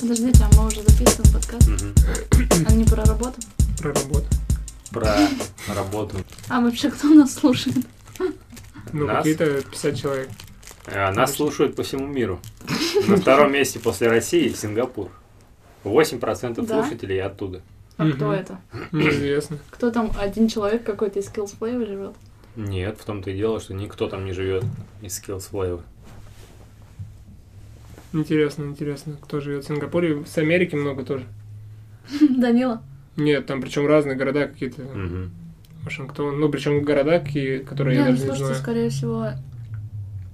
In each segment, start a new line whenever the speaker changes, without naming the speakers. Подождите, а мы уже записываем подкаст? А не про работу?
про работу.
Про работу.
А вообще, кто нас слушает?
Ну,
Нас?
какие-то 50 человек.
Э, Нас
Конечно.
слушают по всему миру. На втором месте после России Сингапур. 8%
Да?
слушателей оттуда.
А кто
Мгм.
это?
Ну, Неизвестно.
Кто там? Один человек какой-то из Skillsplay живет?
Нет, в том-то и дело, что никто там не живет из Skillsplay.
Интересно, интересно, кто живет в Сингапуре. С Америки много тоже.
Данила?
Нет, там причем разные города какие-то.
Мгм.
Вашингтон. Ну, причем города, какие- которые
Не, ну
я даже не
слушайте,
знаю.
скорее всего,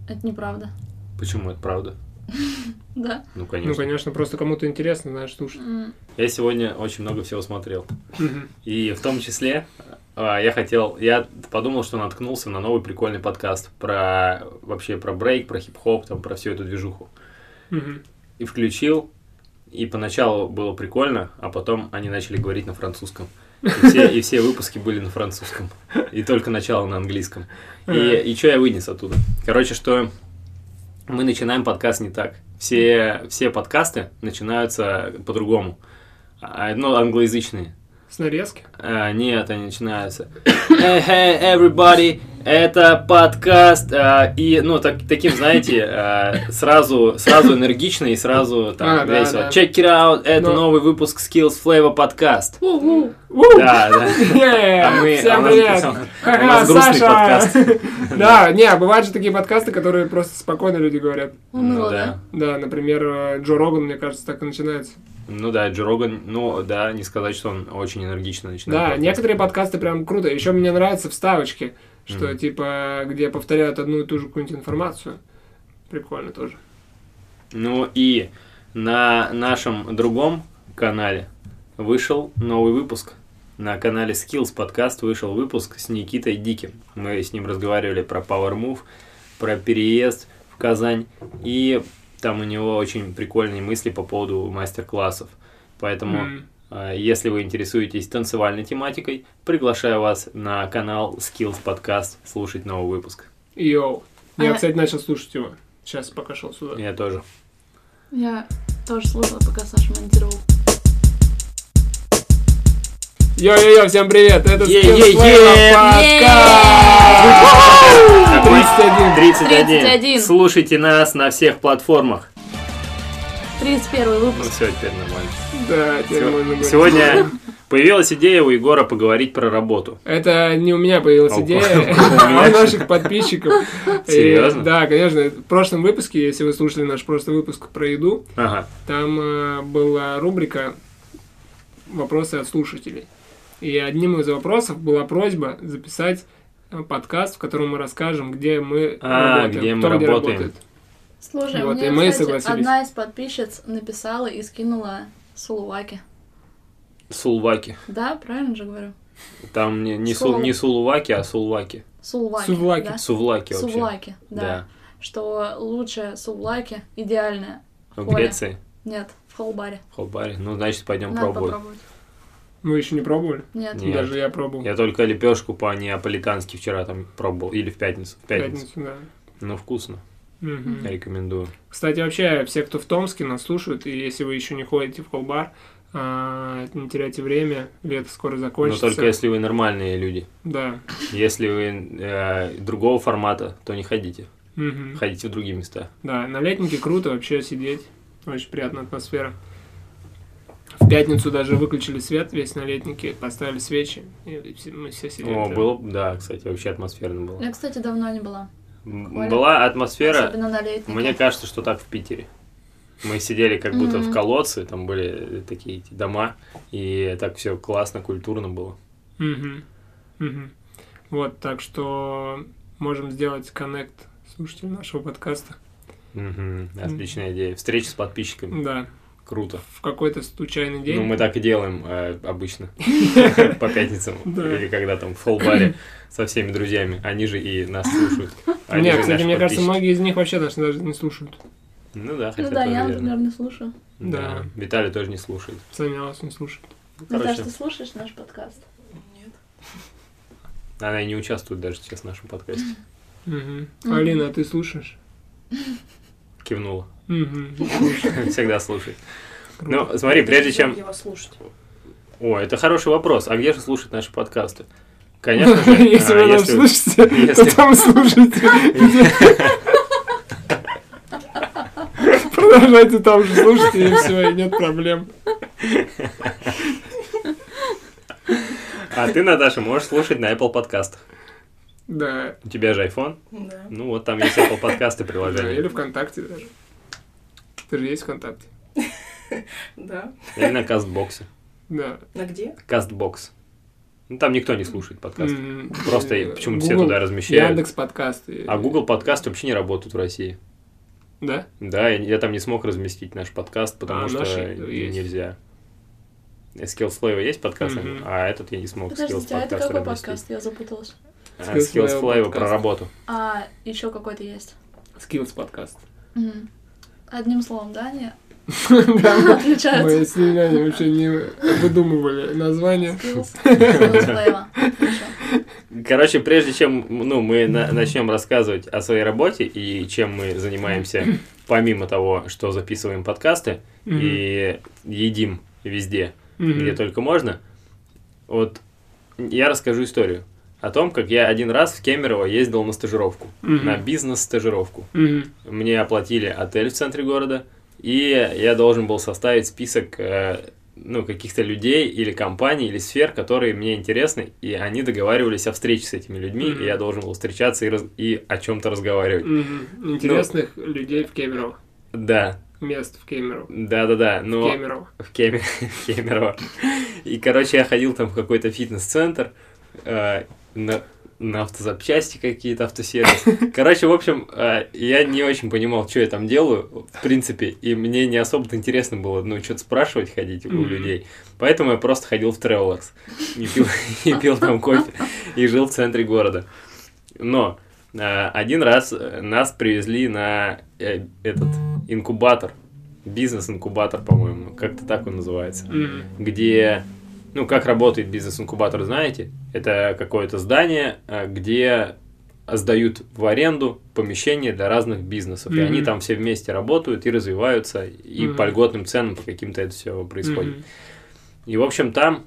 это неправда.
Почему это правда?
Да.
Ну,
Ну,
конечно.
конечно, просто кому-то интересно, знаешь, слушать.
М,
Я сегодня очень много всего смотрел.
Мгм.
И в том числе а, я хотел, я подумал, что наткнулся на новый прикольный подкаст про вообще про брейк, про хип-хоп, там про всю эту движуху.
Мгм.
и включил, и поначалу было прикольно, а потом они начали говорить на французском. И все, и все выпуски были на французском. И только начало на английском. И,
Э,
и что я вынес оттуда? Короче, что мы начинаем подкаст не так. Все, все подкасты начинаются по-другому. А, Ну, англоязычные.
С нарезки.
А, нет, они начинаются. Hey, hey, everybody, это подкаст. а, и, ну, так, таким, знаете, а, сразу, сразу энергично и сразу там
А, да,
весело.
да.
Check it out, это
Но-
новый выпуск Skills Flavor подкаст.
Ву-ву.
Да, да.
Е,
А мы- а
Э, Всем
у нас-
привет!
а у
Ха-ха,
нас грустный
Саша! Да, не, а бывают же такие подкасты, которые просто спокойно люди говорят.
Уныло,
Ну да.
Да, например, э, Джо Роган, мне кажется, так и начинается.
Ну да, Джо Роган, ну да, не сказать, что он очень энергично начинает.
Да,
подкаст.
некоторые подкасты прям круто. Еще мне нравятся вставочки, что
Мгм.
типа, где повторяют одну и ту же какую-нибудь информацию. Прикольно тоже.
Ну и на нашем другом канале вышел новый выпуск. На канале Skills подкаст вышел выпуск с Никитой Диким. Мы с ним разговаривали про Power Move, про переезд в Казань. И там у него очень прикольные мысли по поводу мастер-классов. Поэтому
М.
а, Если вы интересуетесь танцевальной тематикой, приглашаю вас на канал Skills Podcast слушать новый выпуск.
Йоу. Я,
А-
кстати, начал слушать его. Сейчас пока шел сюда.
Я тоже.
Я тоже слушала, пока Саша монтировал.
Йо-йо-йо, всем привет! Это
Е-е-е!
Skills Flavor подкаст! 31.
31.
31.
Слушайте нас на всех платформах.
31
Ну
выпуск.
все, теперь нормально.
Да, теперь
Сего-
можно говорить.
Сегодня появилась идея у Егора поговорить про работу.
Это не у меня появилась
А у
идея,
кого?
а у наших подписчиков. И,
Серьезно?
Да, конечно. В прошлом выпуске, если вы слушали наш прошлый выпуск про еду,
Ага.
Там э, была рубрика «Вопросы от слушателей». И одним из вопросов была просьба записать э, подкаст, в котором мы расскажем, где мы
А,
работаем.
где мы
кто
работаем.
работает.
Слушай,
Вот,
мне,
и мы
кстати,
согласились.
одна из подписчиц написала и скинула Сулуваки.
Сулваки.
Да, правильно же говорю?
Там не, не, сул-
Сул-
не сулуваки, а сулваки.
Сулуваки.
Сувлаки.
Да?
Сувлаки вообще.
Сувлаки, да.
Да.
Что лучше сувлаки идеальное.
В
Коля.
Греции.
Нет, в холбаре.
в Хобаре. Ну, значит, пойдем
Надо
пробовать.
попробовать.
Мы еще не пробовали.
Нет.
Нет.
Даже я пробовал.
Я только лепешку по-неаполитански вчера там пробовал. Или в пятницу. В
В
пятницу.
пятницу, да.
Ну, вкусно.
Мгм.
Я рекомендую.
Кстати, вообще, все, кто в Томске нас слушают, и если вы еще не ходите в холбар, а, не теряйте время, лето скоро
Но
закончится.
только если вы нормальные люди.
Да.
Если вы э, другого формата, то не ходите.
Мгм.
Ходите в другие места.
Да, на летнике круто вообще сидеть. Очень приятная атмосфера. В пятницу даже выключили свет весь на летнике, поставили свечи, и все- мы все сидели.
О,
прям.
было, б- да, кстати, вообще атмосферно было.
Я, кстати, давно не была.
М, Была атмосфера,
Особенно на летнике.
мне кажется, что так в Питере. Мы сидели как будто в
Мгм.
колодце, там были э, такие эти дома, и так все классно, культурно было.
Мгм. Мгм. Вот, так что можем сделать коннект слушателей нашего подкаста.
Мгм, Отличная идея. Встреча с подписчиками.
Да,
Круто.
в какой-то случайный
Ну,
день.
мы так и делаем э, обычно по пятницам
Да.
или когда там в холл-баре со всеми друзьями. Они же и нас слушают. Они
Нет,
же
кстати,
наши
мне кажется,
подписчики.
многие из них вообще нас даже не слушают.
Ну да, хотя
Ну да,
тоже
я,
верно.
например, не слушаю.
Да.
Да.
Виталий тоже не слушает.
Сами нас не слушают.
Ну,
Наташа,
Короче,
ты слушаешь наш подкаст?
она и не участвует даже сейчас в нашем подкасте.
Мгм.
Мгм.
Алина, а ты слушаешь?
Кивнула.
Мгм.
Всегда слушает.
Круто.
Ну, смотри, прежде чем...
Его слушать.
О, это хороший вопрос. А где же слушать наши подкасты? Конечно же.
Если
а,
вы нас
если-
слышите,
если-
то там слушайте. Продолжайте там же слушать, и все, и нет проблем.
А ты, Наташа, можешь слушать на Apple подкастах.
Да,
У тебя же iPhone.
Да.
Ну вот там есть Apple подкасты
да,
приложение.
или ВКонтакте даже. Ты же есть ВКонтакте?
Да.
Или на Кастбоксе.
Да.
На где?
Кастбокс. Ну там никто не слушает подкасты.
М,
Просто
э,
почему-то все
Google,
туда размещают.
Яндекс подкасты.
А Google подкасты вообще не работают в России.
Да?
Да, я, я там не смог разместить наш подкаст, потому
А,
что
наши есть.
нельзя. Skills Flavor есть подкаст,
Мгм.
а этот я не смог Skills
Подождите, а это
подкаст
какой
разместить.
подкаст? Я запуталась.
А,
Skills
Skills
Flavor
Flavor про
подкаст.
работу.
А, еще какой-то есть.
Skills подкаст.
Мгм. Одним словом, да, они
Да,
отличаются.
Мы с Лиляней вообще не выдумывали название.
Skills, skills flavor. Хорошо.
Короче, прежде чем ну, мы начнем рассказывать о своей работе и чем мы занимаемся, помимо того, что записываем подкасты и едим везде,
Мгм.
где только можно, вот я расскажу историю о том, как я один раз в Кемерово ездил на стажировку,
Мгм.
на бизнес-стажировку.
Мгм.
Мне оплатили отель в центре города, и я должен был составить список э, ну, каких-то людей или компаний, или сфер, которые мне интересны, и они договаривались о встрече с этими людьми,
Мгм.
и я должен был встречаться и, раз- и о чем-то разговаривать.
Мгм. Интересных людей в Кемерово.
Да,
Мест в Кемерово.
да-да-да, но...
Кемерово.
в, Кеме- в Кемерово. И, короче, я ходил там в какой-то фитнес-центр, э, на, на автозапчасти какие-то, автосервис. Короче, в общем, э, я не очень понимал, что я там делаю, в принципе, и мне не особо интересно было, ну, что-то спрашивать ходить у
Мгм.
людей. Поэтому я просто ходил в Travelers и пил, и пил там кофе, и жил в центре города. Но э, один раз э, нас привезли на э, этот инкубатор, бизнес-инкубатор, по-моему, как-то так он называется,
Мгм.
где, ну, как работает бизнес-инкубатор, знаете? Это какое-то здание, э, где сдают в аренду помещения для разных бизнесов, и
Мгм.
они там все вместе работают и развиваются, и
Мгм.
по льготным ценам по каким-то это все происходит.
Мгм.
И, в общем, там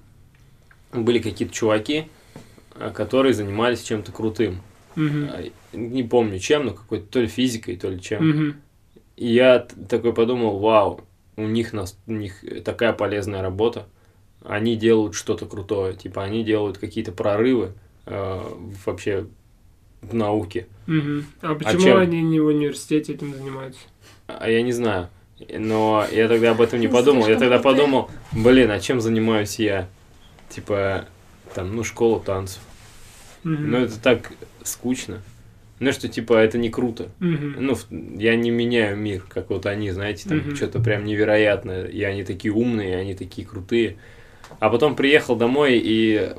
были какие-то чуваки, э, которые занимались чем-то крутым.
Мгм.
А, Не помню чем, но какой-то то ли физикой, то ли чем.
Мгм.
И я т- такой подумал, вау, у них, нас, у них такая полезная работа. Они делают что-то крутое. Типа они делают какие-то прорывы э, в- вообще в науке.
Мгм. А почему
чем?
они не в университете этим занимаются?
А я не знаю. Но я тогда об этом не подумал. Я
Слишком
тогда
крутые.
подумал, блин, а чем занимаюсь я? Типа, там, ну, школа танцев.
Мгм.
Ну, это так скучно. Ну, что, типа, это не круто.
Мгм.
Ну, в- я не меняю мир, как вот они, знаете, там
Мгм.
что-то прям невероятное. И они такие умные, и они такие крутые. А потом приехал домой и...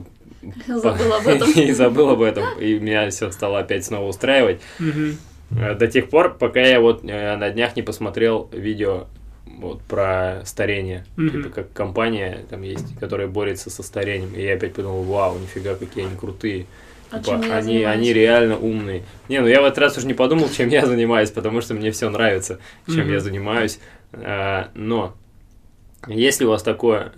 Я забыла об этом.
и забыл об этом. И меня все стало опять снова устраивать.
Мгм.
Э, До тех пор, пока я вот э, на днях не посмотрел видео вот про старение.
Мгм.
Типа как компания там есть, которая борется со старением. И я опять подумал, вау, нифига, какие они крутые.
А
Типа,
чем я
они, они
занимаюсь?
реально умные. Не, ну я в этот раз уже не подумал, чем я занимаюсь, потому что мне все нравится, чем
Мгм.
я занимаюсь. А, но если у вас такое,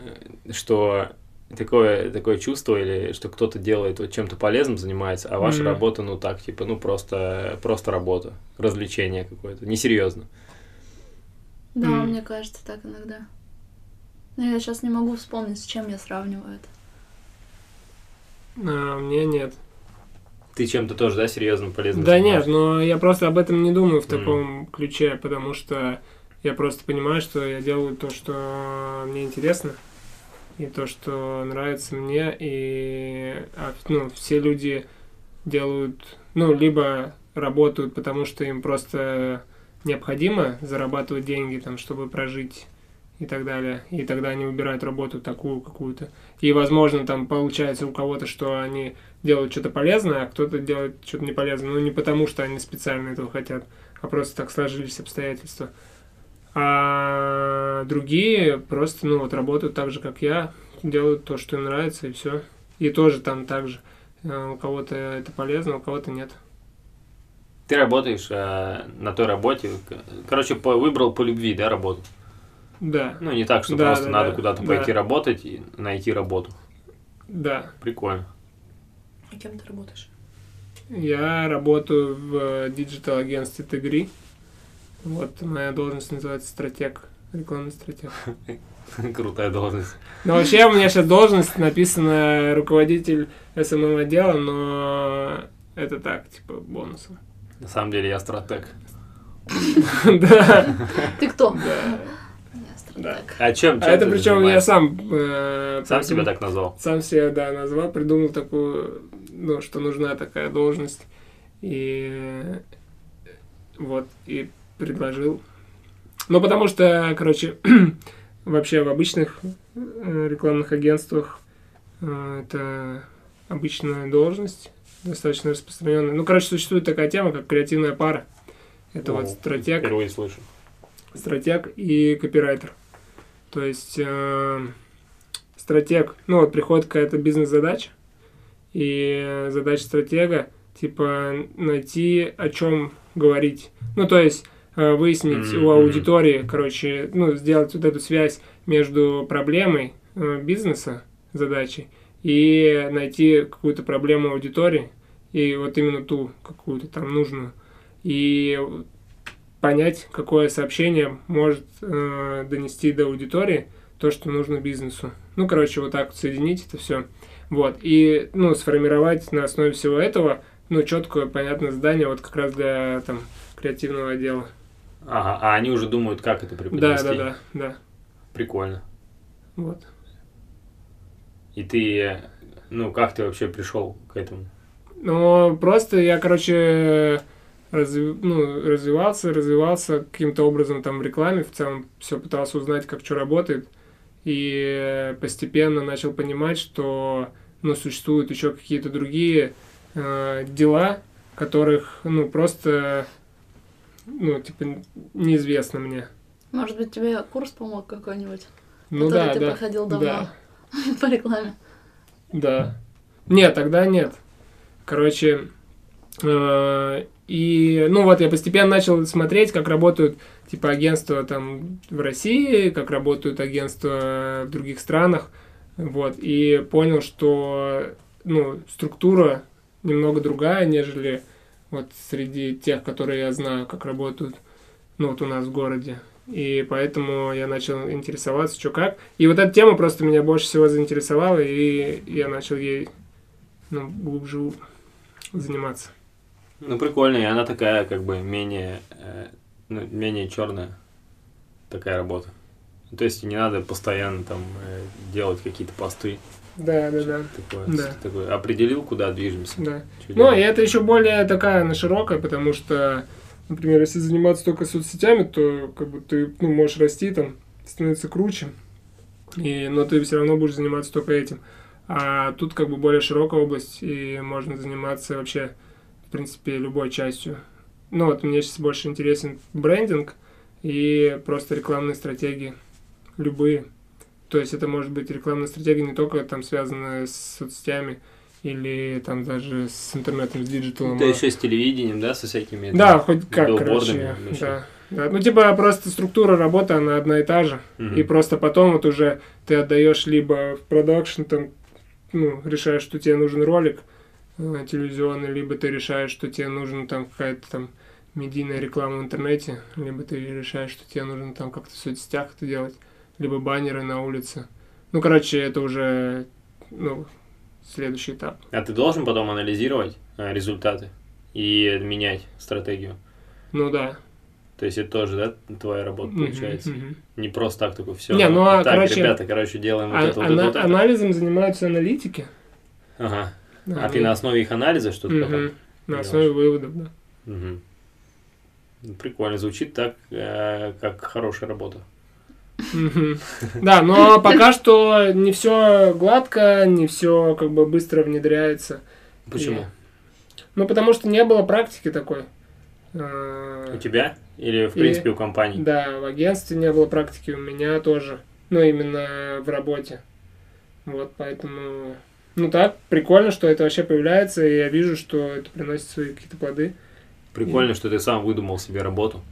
э, что такое, такое чувство, или что кто-то делает вот чем-то полезным, занимается, а ваша
Мгм.
работа, ну так, типа, ну просто, просто работа, развлечение какое-то, несерьезно.
Да,
Мгм.
мне кажется, так иногда. Но я сейчас не могу вспомнить, с чем я сравниваю это.
А, Мне нет.
Ты чем-то тоже, да, серьезным полезным
Да нет,
занимаешься?
но я просто об этом не думаю в
Мгм.
таком ключе, потому что я просто понимаю, что я делаю то, что мне интересно, и то, что нравится мне, и а, ну, все люди делают, ну, либо работают, потому что им просто необходимо зарабатывать деньги, там, чтобы прожить и так далее. И тогда они выбирают работу такую какую-то. И, возможно, там получается у кого-то, что они делают что-то полезное, а кто-то делает что-то неполезное. Ну, не потому, что они специально этого хотят, а просто так сложились обстоятельства. А другие просто, ну, вот работают так же, как я, делают то, что им нравится, и все. И тоже там так же. Э, У кого-то это полезно, у кого-то нет.
Ты работаешь а, на той работе, к- короче, по- выбрал по любви, да, работу?
Да,
Ну, не так, что
Да,
просто
да,
надо
да,
куда-то
да.
пойти работать и найти работу.
да.
Прикольно.
А кем ты работаешь?
Я работаю в диджитал-агентстве Тегри. Вот моя должность называется стратег, рекламный стратег.
Крутая должность.
Ну, вообще, у меня сейчас должность написана руководитель СММ отдела, но это так, типа, бонусом.
На самом деле я стратег.
Да,
Ты кто?
да.
Я стратег.
Да.
А чем?
А
чем
это
ты
причем я
занимаешься?
сам... э,
Сам
придум-
себя так назвал.
Сам себя, да, назвал, придумал такую, ну, что нужна такая должность. И э, вот, и предложил. Ну, потому что, короче, вообще в обычных э, рекламных агентствах э, это обычная должность, достаточно распространенная. Ну, короче, существует такая тема, как креативная пара. Это
О,
вот стратег
Ну, Впервые слышу.
стратег и копирайтер. То есть э, стратег, ну вот приходит какая-то бизнес-задача, и задача стратега типа найти о чем говорить. Ну то есть э, выяснить
Мгм.
у аудитории, короче, ну сделать вот эту связь между проблемой э, бизнеса, задачей, и найти какую-то проблему аудитории, и вот именно ту какую-то там нужную. И понять, какое сообщение может э, донести до аудитории то, что нужно бизнесу. Ну, короче, вот так вот соединить это все. Вот. И, ну, сформировать на основе всего этого, ну, четкое, понятное здание вот как раз для, там, креативного отдела.
Ага, а они уже думают, как это
Да,
преподнести.
да, да, да.
Прикольно.
Вот.
И ты, э, ну, как ты вообще пришел к этому?
Ну, просто я, короче, разви- ну, развивался, развивался каким-то образом там в рекламе, в целом все пытался узнать, как что работает, и постепенно начал понимать, что, ну, существуют еще какие-то другие э, дела, которых, ну, просто, ну, типа, неизвестно мне.
Может быть, тебе курс помог какой-нибудь,
Ну
который
да,
ты
да,
проходил давно
да,
по рекламе?
да. Нет, тогда нет. Короче, э, и, ну вот, я постепенно начал смотреть, как работают, типа, агентства там в России, как работают агентства в других странах, вот, и понял, что, ну, структура немного другая, нежели вот среди тех, которые я знаю, как работают, ну, вот у нас в городе. И поэтому я начал интересоваться, что как. И вот эта тема просто меня больше всего заинтересовала, и я начал ей ну, глубже заниматься.
Ну, прикольно, и она такая, как бы, менее, э, ну, менее черная такая работа. То есть не надо постоянно там э, делать какие-то посты.
Да, да, да.
Такое,
Да.
такое. Определил, куда движемся.
да.
чё
Ну, и
делаем.
это еще более такая, она широкая, потому что, например, если заниматься только соцсетями, то как бы ты ну, можешь расти там, становиться круче, и, но ты все равно будешь заниматься только этим. А тут как бы более широкая область, и можно заниматься вообще, в принципе, любой частью. Ну вот, мне сейчас больше интересен брендинг и просто рекламные стратегии, любые. То есть это может быть рекламная стратегия не только там связанная с соцсетями или там даже с интернетом, с диджиталом.
Это
а-
еще с телевидением, да, со всякими...
Да, хоть как,
билбордами
короче.
вообще.
Да, да. Ну, типа, просто структура работы, она одна и та же.
Мгм.
И просто потом вот уже ты отдаешь либо в продакшн, там, ну, решаешь, что тебе нужен ролик э, телевизионный, либо ты решаешь, что тебе нужна там какая-то там медийная реклама в интернете, либо ты решаешь, что тебе нужно там как-то в соцсетях это делать, либо баннеры на улице. Ну, короче, это уже, ну, следующий этап.
А ты должен потом анализировать э, результаты и менять стратегию.
Ну да.
То есть это тоже, да, твоя работа
Мгм,
получается.
мгм.
Не просто так такой, все.
Не, ну, а,
так,
короче,
ребята, короче, делаем вот
А-
это, вот
ана-
это, вот это.
анализом занимаются аналитики.
Ага. А
Они-
ты на основе их анализа что-то
Мгм.
потом?
На
делаешь?
основе выводов, да.
Мгм. Ну, Прикольно, звучит так, э, как хорошая работа.
Мгм. Да, но пока что не все гладко, не все как бы быстро внедряется.
Почему?
Ну, потому что не было практики такой. Э,
У тебя или, в
И-
принципе, у компании?
Да, в агентстве не было практики, у меня тоже. Ну, именно в работе. Вот, поэтому... Ну так, прикольно, что это вообще появляется, и я вижу, что это приносит свои какие-то плоды.
Прикольно, что ты сам выдумал себе работу.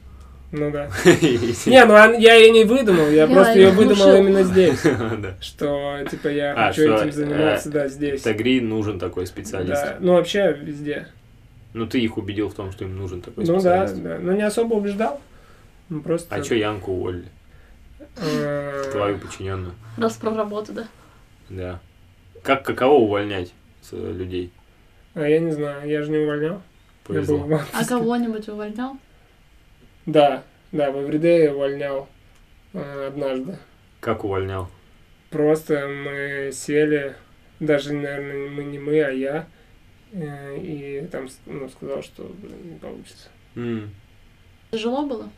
Ну да.
Не,
Не, ну а я ее не выдумал, я
Я
просто ее
её
выдумал
слушаю.
именно здесь.
Да.
Что, типа, я
А,
хочу
что,
этим заниматься, да, здесь.
Тагри нужен такой специалист.
Да, ну вообще везде.
Ну, ты их убедил в том, что им нужен такой
Ну да,
специалист.
да. Ну не особо убеждал. Ну просто...
А чё Янку уволили?
э,
Твою подчиненную.
Раз про работу, да.
Да. Как, каково увольнять с, э, людей?
А я не знаю, я же не увольнял. Я был
Повезло.
в отпуске.
А кого-нибудь увольнял?
Да, да, в Эвридее я увольнял э, однажды.
Как увольнял?
Просто мы сели, даже, наверное, мы не мы, а я, э, и там с- ну, сказал, что блин, не получится.
М.
Тяжело было?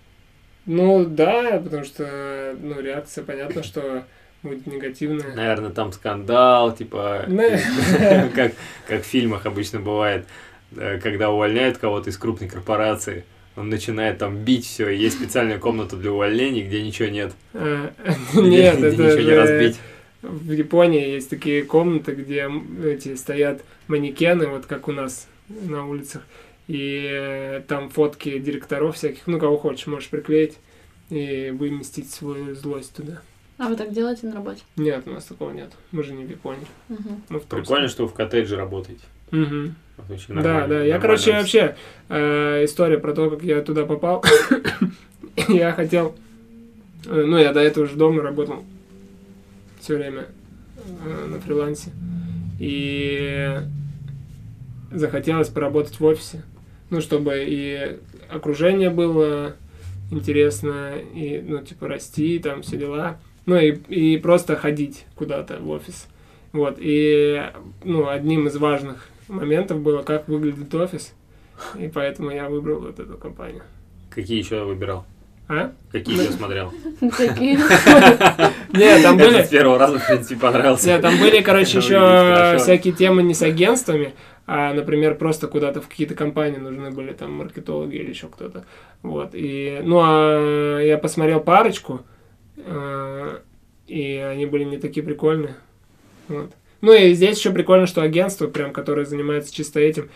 Ну да, потому что ну, реакция, понятно, что будет негативная.
Наверное, там скандал, типа,
Ну, Да.
как, как в фильмах обычно бывает, э, когда увольняют кого-то из крупной корпорации, он начинает там бить все, есть специальная комната для увольнений, где ничего нет,
Э,
где,
Нет,
где
это
ничего не
же...
разбить.
В Японии есть такие комнаты, где м, эти стоят манекены, вот как у нас на улицах, и э, там фотки директоров всяких, ну, кого хочешь, можешь приклеить и выместить свою злость туда.
А вы так делаете на работе?
Нет, у нас такого нет. Мы же не в Японии.
Мгм.
Мы в Турции.
Прикольно, что вы в коттедже работаете.
Мгм.
Это очень
Да,
нормально,
да. Я,
нормально.
короче, вообще э, история про то, как я туда попал. я хотел, э, ну, я до этого же дома работал все время э, на фрилансе и захотелось поработать в офисе, ну, чтобы и окружение было интересно и, ну, типа расти, там все дела, ну и и просто ходить куда-то в офис. Вот, и, ну, одним из важных моментов было, как выглядит офис, и поэтому я выбрал вот эту компанию.
Какие еще выбирал?
А?
Какие еще смотрел?
Такие.
Нет,
Этот
там были...
С первого раза, в принципе, понравился.
Нет, там были, короче,
Ну, выглядит
еще
хорошо.
всякие темы не с агентствами, а, например, просто куда-то в какие-то компании нужны были там маркетологи или еще кто-то. Вот. И, ну, а я посмотрел парочку, э, и они были не такие прикольные. Вот. Ну и здесь еще прикольно, что агентство, прям, которое занимается чисто этим,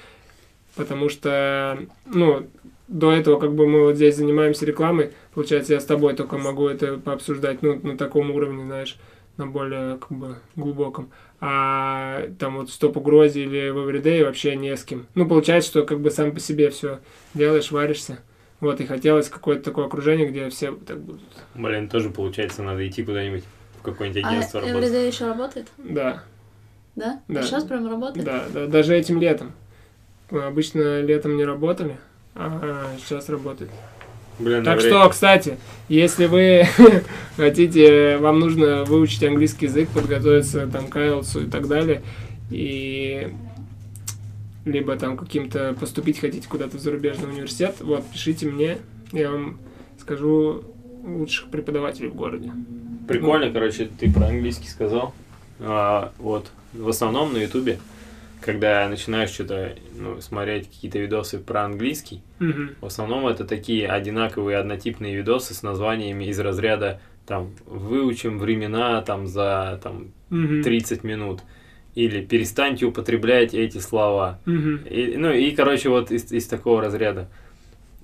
потому что, ну, до этого, как бы мы вот здесь занимаемся рекламой, получается, я с тобой только могу это пообсуждать, ну, на таком уровне, знаешь, на более, как бы, глубоком. А там вот в стоп-угрозе или в Everyday вообще не с кем. Ну, получается, что как бы сам по себе все делаешь, варишься. Вот, и хотелось какое-то такое окружение, где все так будут.
Блин, тоже получается, надо идти куда-нибудь в какое-нибудь
А
агентство работать.
Эвридей еще работает?
Да.
Да?
Да.
сейчас прям работает?
Да, да, даже этим летом. Мы обычно летом не работали, а сейчас работает.
Блин,
Так
навряд
что,
ли.
кстати, если вы хотите, вам нужно выучить английский язык, подготовиться там к IELTS и так далее, и либо там каким-то поступить хотите куда-то в зарубежный университет, вот, пишите мне, я вам скажу лучших преподавателей в городе.
Прикольно, короче, ты про английский сказал. А, вот, в основном на Ютубе, когда начинаешь что-то ну, смотреть какие-то видосы про английский,
Мгм.
в основном это такие одинаковые, однотипные видосы с названиями из разряда там «Выучим времена там за там,
Мгм.
30 минут» или «Перестаньте употреблять эти слова».
Мгм.
И- ну и, короче, вот из, из такого разряда.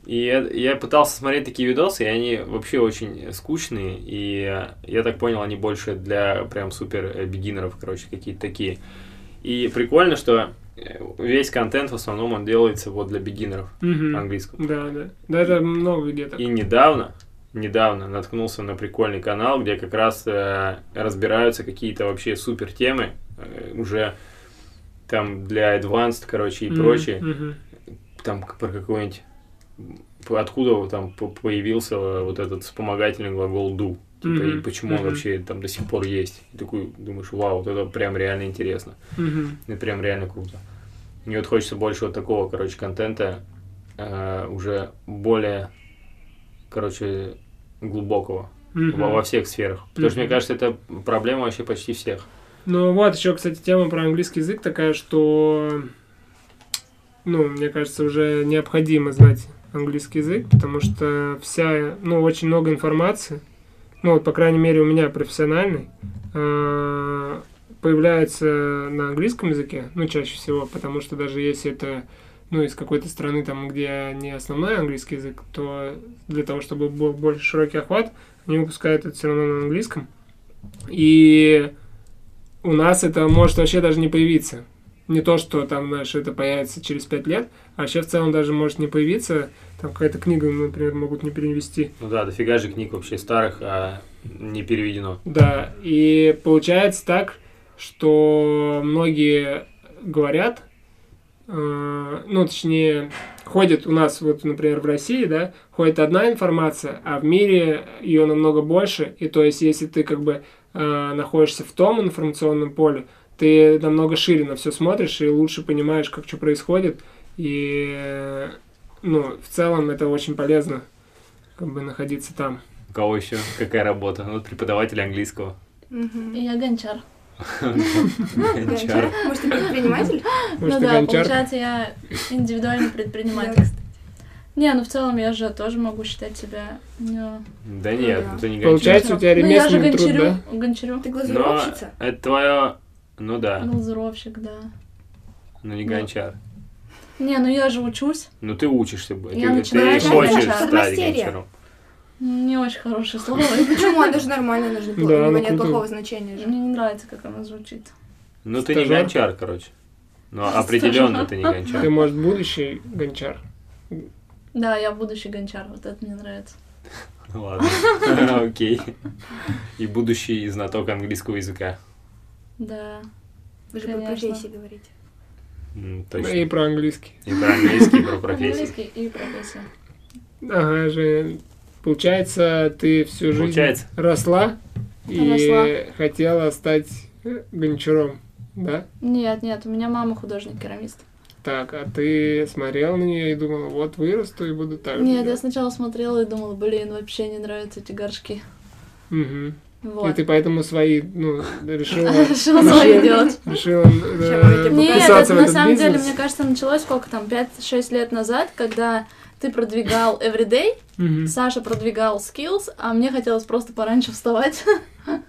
И я, я пытался смотреть такие видосы, и они вообще очень скучные, и э, я так понял, они больше для прям супер э, бигинеров, короче, какие-то такие. И прикольно, что э, весь контент в основном он делается вот для бигинеров
Мгм.
английского.
Да, да. Да, это много где так.
И недавно, недавно наткнулся на прикольный канал, где как раз э, разбираются какие-то вообще супер темы, э, уже там для advanced, короче, и
Мгм.
прочее
Мгм.
там к- про какой-нибудь п- откуда там п- появился вот этот вспомогательный глагол do типа, и
Мгм,
почему он
мгм.
вообще там до сих пор есть и такой думаешь вау вот это прям реально интересно
Мгм.
это прям реально круто мне вот хочется больше вот такого короче контента э, уже более короче глубокого
Мгм.
во, во всех сферах потому что мне
Мгм.
кажется это проблема вообще почти всех
Ну вот, еще, кстати, тема про английский язык такая, что, ну, мне кажется, уже необходимо знать английский язык, потому что вся, ну, очень много информации, ну, вот, по крайней мере, у меня профессиональной, а, э, появляется на английском языке, ну, чаще всего, потому что даже если это ну, из какой-то страны, там, где не основной английский язык, то для того, чтобы был больше широкий охват, они выпускают это все равно на английском. И у нас это может вообще даже не появиться. Не то, что там, знаешь, это появится через пять лет, а вообще в целом даже может не появиться. Там какая-то книга, например, могут не перевести.
Ну да, дофига же книг вообще старых, а не переведено.
Да, и получается так, что многие говорят, э, ну, точнее, ходит у нас, вот, например, в России, да, ходит одна информация, а в мире ее намного больше, и то есть, если ты как бы э, находишься в том информационном поле, ты намного шире на все смотришь и лучше понимаешь, как что происходит, и, э, ну, в целом это очень полезно, как бы находиться там.
У кого еще какая работа? Ну, вот преподаватель английского.
И
Мгм.
я гончар.
Гончар.
Может, ты предприниматель?
Может,
ну
ты
да,
гончарка?
получается, я индивидуальный предприниматель.
Да,
Не, ну в целом я же тоже могу считать себя... ну,
Да нет,
да.
ну ты не гончар.
Получается, у тебя
Ну, я же
ремесленный труд,
гончарю,
да?
гончарю,
Ты
Но
глазировщица?
это твое... Ну да,
глазуровщик, да.
но не
Ну.
гончар.
Не, ну я же учусь.
Ну ты учишься. б-
Я
Ты,
начинаю
ты
как
хочешь
гончар.
стать
Мастерия.
гончаром.
Не очень хорошее слово.
Почему? Оно же нормально, оно же не
Да,
плохо. У
оно
него нет
круто.
плохого значения же.
Мне не нравится, как оно звучит.
Ну ты не
Стажёр.
гончар, короче. Ну определенно ты не гончар.
Ты, может, будущий гончар?
Да, я будущий гончар, вот это мне нравится.
Ну Ладно, окей. И будущий знаток английского языка.
Да.
Вы же про
Конечно.
профессии говорите.
М,
И
Точно.
про английский.
И про английский, и про профессию.
Английский и профессия.
Ага, же. Получается, ты всю жизнь
Получается.
росла и
Росла.
хотела стать э, гончаром, да?
Нет, нет, у меня мама художник-керамист.
Так, а ты смотрел на нее и думала, вот вырасту и буду так же
Нет, я
делать.
сначала смотрела и думала, блин, вообще не нравятся эти горшки.
Мгм. И
Вот.
ты поэтому свои, ну, решила,
Решила свои
Вообще-
делать.
решила
Вообще,
э,
вроде бы
Нет, это
вписаться в
на
этот
самом деле,
бизнес.
мне кажется, началось сколько там, 5-6 лет назад, когда ты продвигал Everyday,
Мгм.
Саша продвигал Skills, а мне хотелось просто пораньше вставать.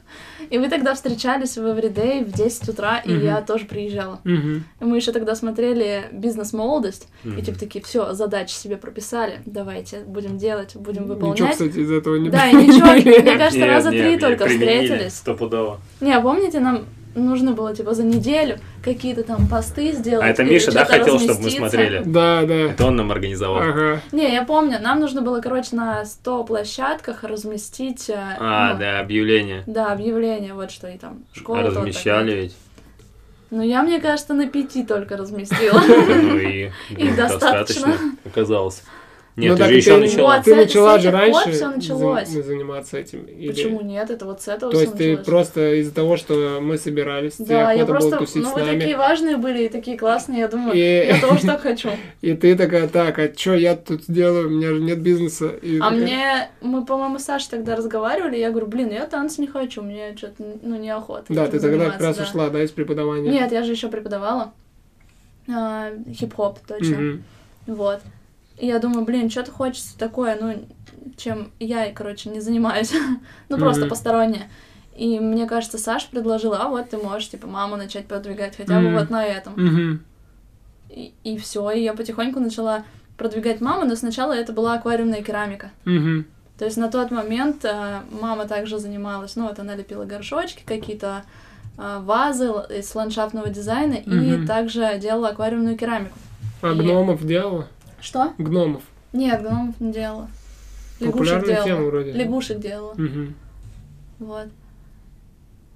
И вы тогда встречались в Everyday в 10 утра, и
Мгм.
я тоже приезжала.
Мгм.
И мы еще тогда смотрели «Бизнес-молодость», и
Мгм.
типа такие, все, задачи себе прописали, давайте, будем делать, будем
Ничего,
выполнять.
кстати, из этого не
Да, и
было.
ничего, мне кажется,
Нет,
раза
нет,
три
нет,
только
применили
встретились.
Стопудово.
Не, а помните, нам нужно было, типа, за неделю какие-то там посты сделать.
А это
или
Миша, да,
что-то
хотел, чтобы мы
разместиться?
смотрели?
Да, да.
Это он нам организовал.
Ага.
Не, я помню, нам нужно было, короче, на 100 площадках разместить... э,
А,
ну,
да, объявление.
Да, объявление, вот что и там. Школа то,
Размещали
так.
ведь.
Ну, я, мне кажется, на пяти только разместила.
Ну и ну,
достаточно.
достаточно оказалось. Нет,
Ну
ты
так
же еще
ты-
начала.
Вот.
Ты
с-
начала
с
же
этих пор
раньше
всё началось.
за- заниматься этим. или-
Почему нет? Это вот с этого
То
всё
есть ты
началось.
просто из-за того, что мы собирались, тебе
Да, я
охота было
просто...
тусить
Ну,
с
вы
нами,
такие важные были и такие классные, я думаю,
И-
я тоже так хочу.
и ты такая, так, а что я тут делаю, у меня же нет бизнеса. И
А
такая,
мне, мы, по-моему, с Сашей тогда разговаривали, я говорю, блин, я танцы не хочу, мне что-то, ну, неохота.
Да,
этим
ты тогда как
заниматься,
раз
да.
ушла, да, из преподавания?
Нет, я же еще преподавала а, хип-хоп, точно.
Мгм.
Вот. И я думаю, блин, что-то хочется такое, ну, чем я, короче, не занимаюсь. ну, просто
Мгм.
постороннее. И мне кажется, Саша предложила, а вот ты можешь, типа, маму начать продвигать хотя бы
Мгм.
вот на этом.
Мгм.
И, все, и я потихоньку начала продвигать маму, но сначала это была аквариумная керамика.
Мгм.
То есть на тот момент э, мама также занималась, ну вот она лепила горшочки, какие-то э, вазы л- из ландшафтного дизайна и
Мгм.
также делала аквариумную керамику.
А
И-
гномов делала?
Что?
Гномов.
Нет, гномов не делала. Лягушек
Популярная
делала.
тема вроде.
Лягушек делала.
Мгм.
Вот.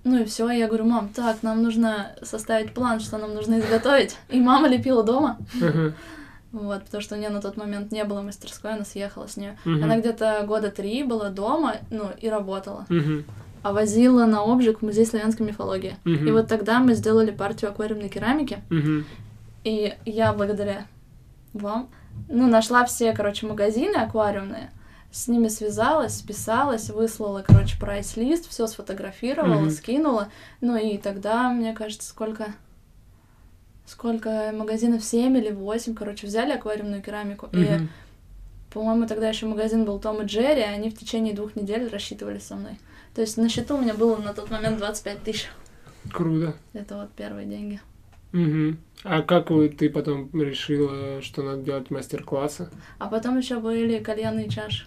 Ну и все, я говорю, мам, так, нам нужно составить план, что нам нужно изготовить. И мама лепила дома.
Ага.
Вот, потому что у нее на тот момент не было мастерской, она съехала с нее.
Мгм.
Она где-то года три была дома, ну, и работала.
Мгм.
А возила на обжиг в музей славянской мифологии.
Мгм.
И вот тогда мы сделали партию аквариумной керамики,
Мгм.
и я благодаря вам, ну, нашла все, короче, магазины аквариумные, с ними связалась, списалась, выслала, короче, прайс-лист, все сфотографировала,
Мгм.
скинула. Ну и тогда, мне кажется, сколько... Сколько магазинов, 7 или 8, короче, взяли аквариумную керамику. И
Мгм.
по-моему, тогда еще магазин был Том и Джерри, и они в течение двух недель рассчитывались со мной. То есть на счету у меня было на тот момент 25 тысяч.
Круто.
Это вот первые деньги.
Мгм. А как вы- ты потом решила, что надо делать мастер-классы?
А потом еще были кальянные чаши.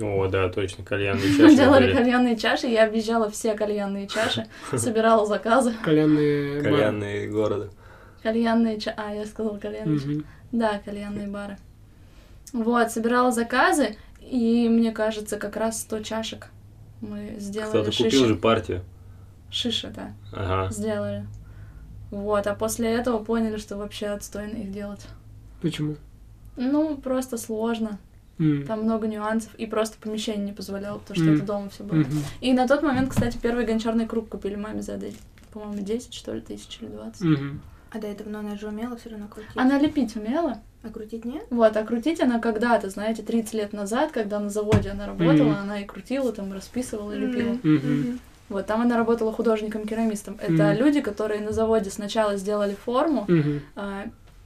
О, да, точно, кальянные
Мы
чаши.
делали
были.
кальянные чаши, я объезжала все кальянные чаши, собирала заказы.
Кальянные бары?
Кальянные города.
Кальянные чаши... А, я сказала кальянные чаши.
Мгм.
Да, кальянные бары. Вот, собирала заказы, и мне кажется, как раз 100 чашек мы сделали.
Кто-то
шиши.
купил же партию.
Шиши, да,
Ага.
сделали. Вот, а после этого поняли, что вообще отстойно их делать.
Почему?
Ну, просто сложно.
М.
Там много нюансов, и просто помещение не позволяло, потому что
Мгм.
это дома все было.
Мгм.
И на тот момент, кстати, первый гончарный круг купили маме за, де- по-моему, 10, что ли, тысяч или 20.
Мгм.
А до этого, но она же умела все равно крутить.
Она лепить умела,
А крутить нет?
Вот, а крутить она когда-то, знаете, 30 лет назад, когда на заводе она работала,
Мгм.
она и крутила, там, расписывала, и лепила.
Мгм.
Мгм.
Вот, там она работала художником-керамистом. Это
Мгм.
люди, которые на заводе сначала сделали форму,
Мгм.
а,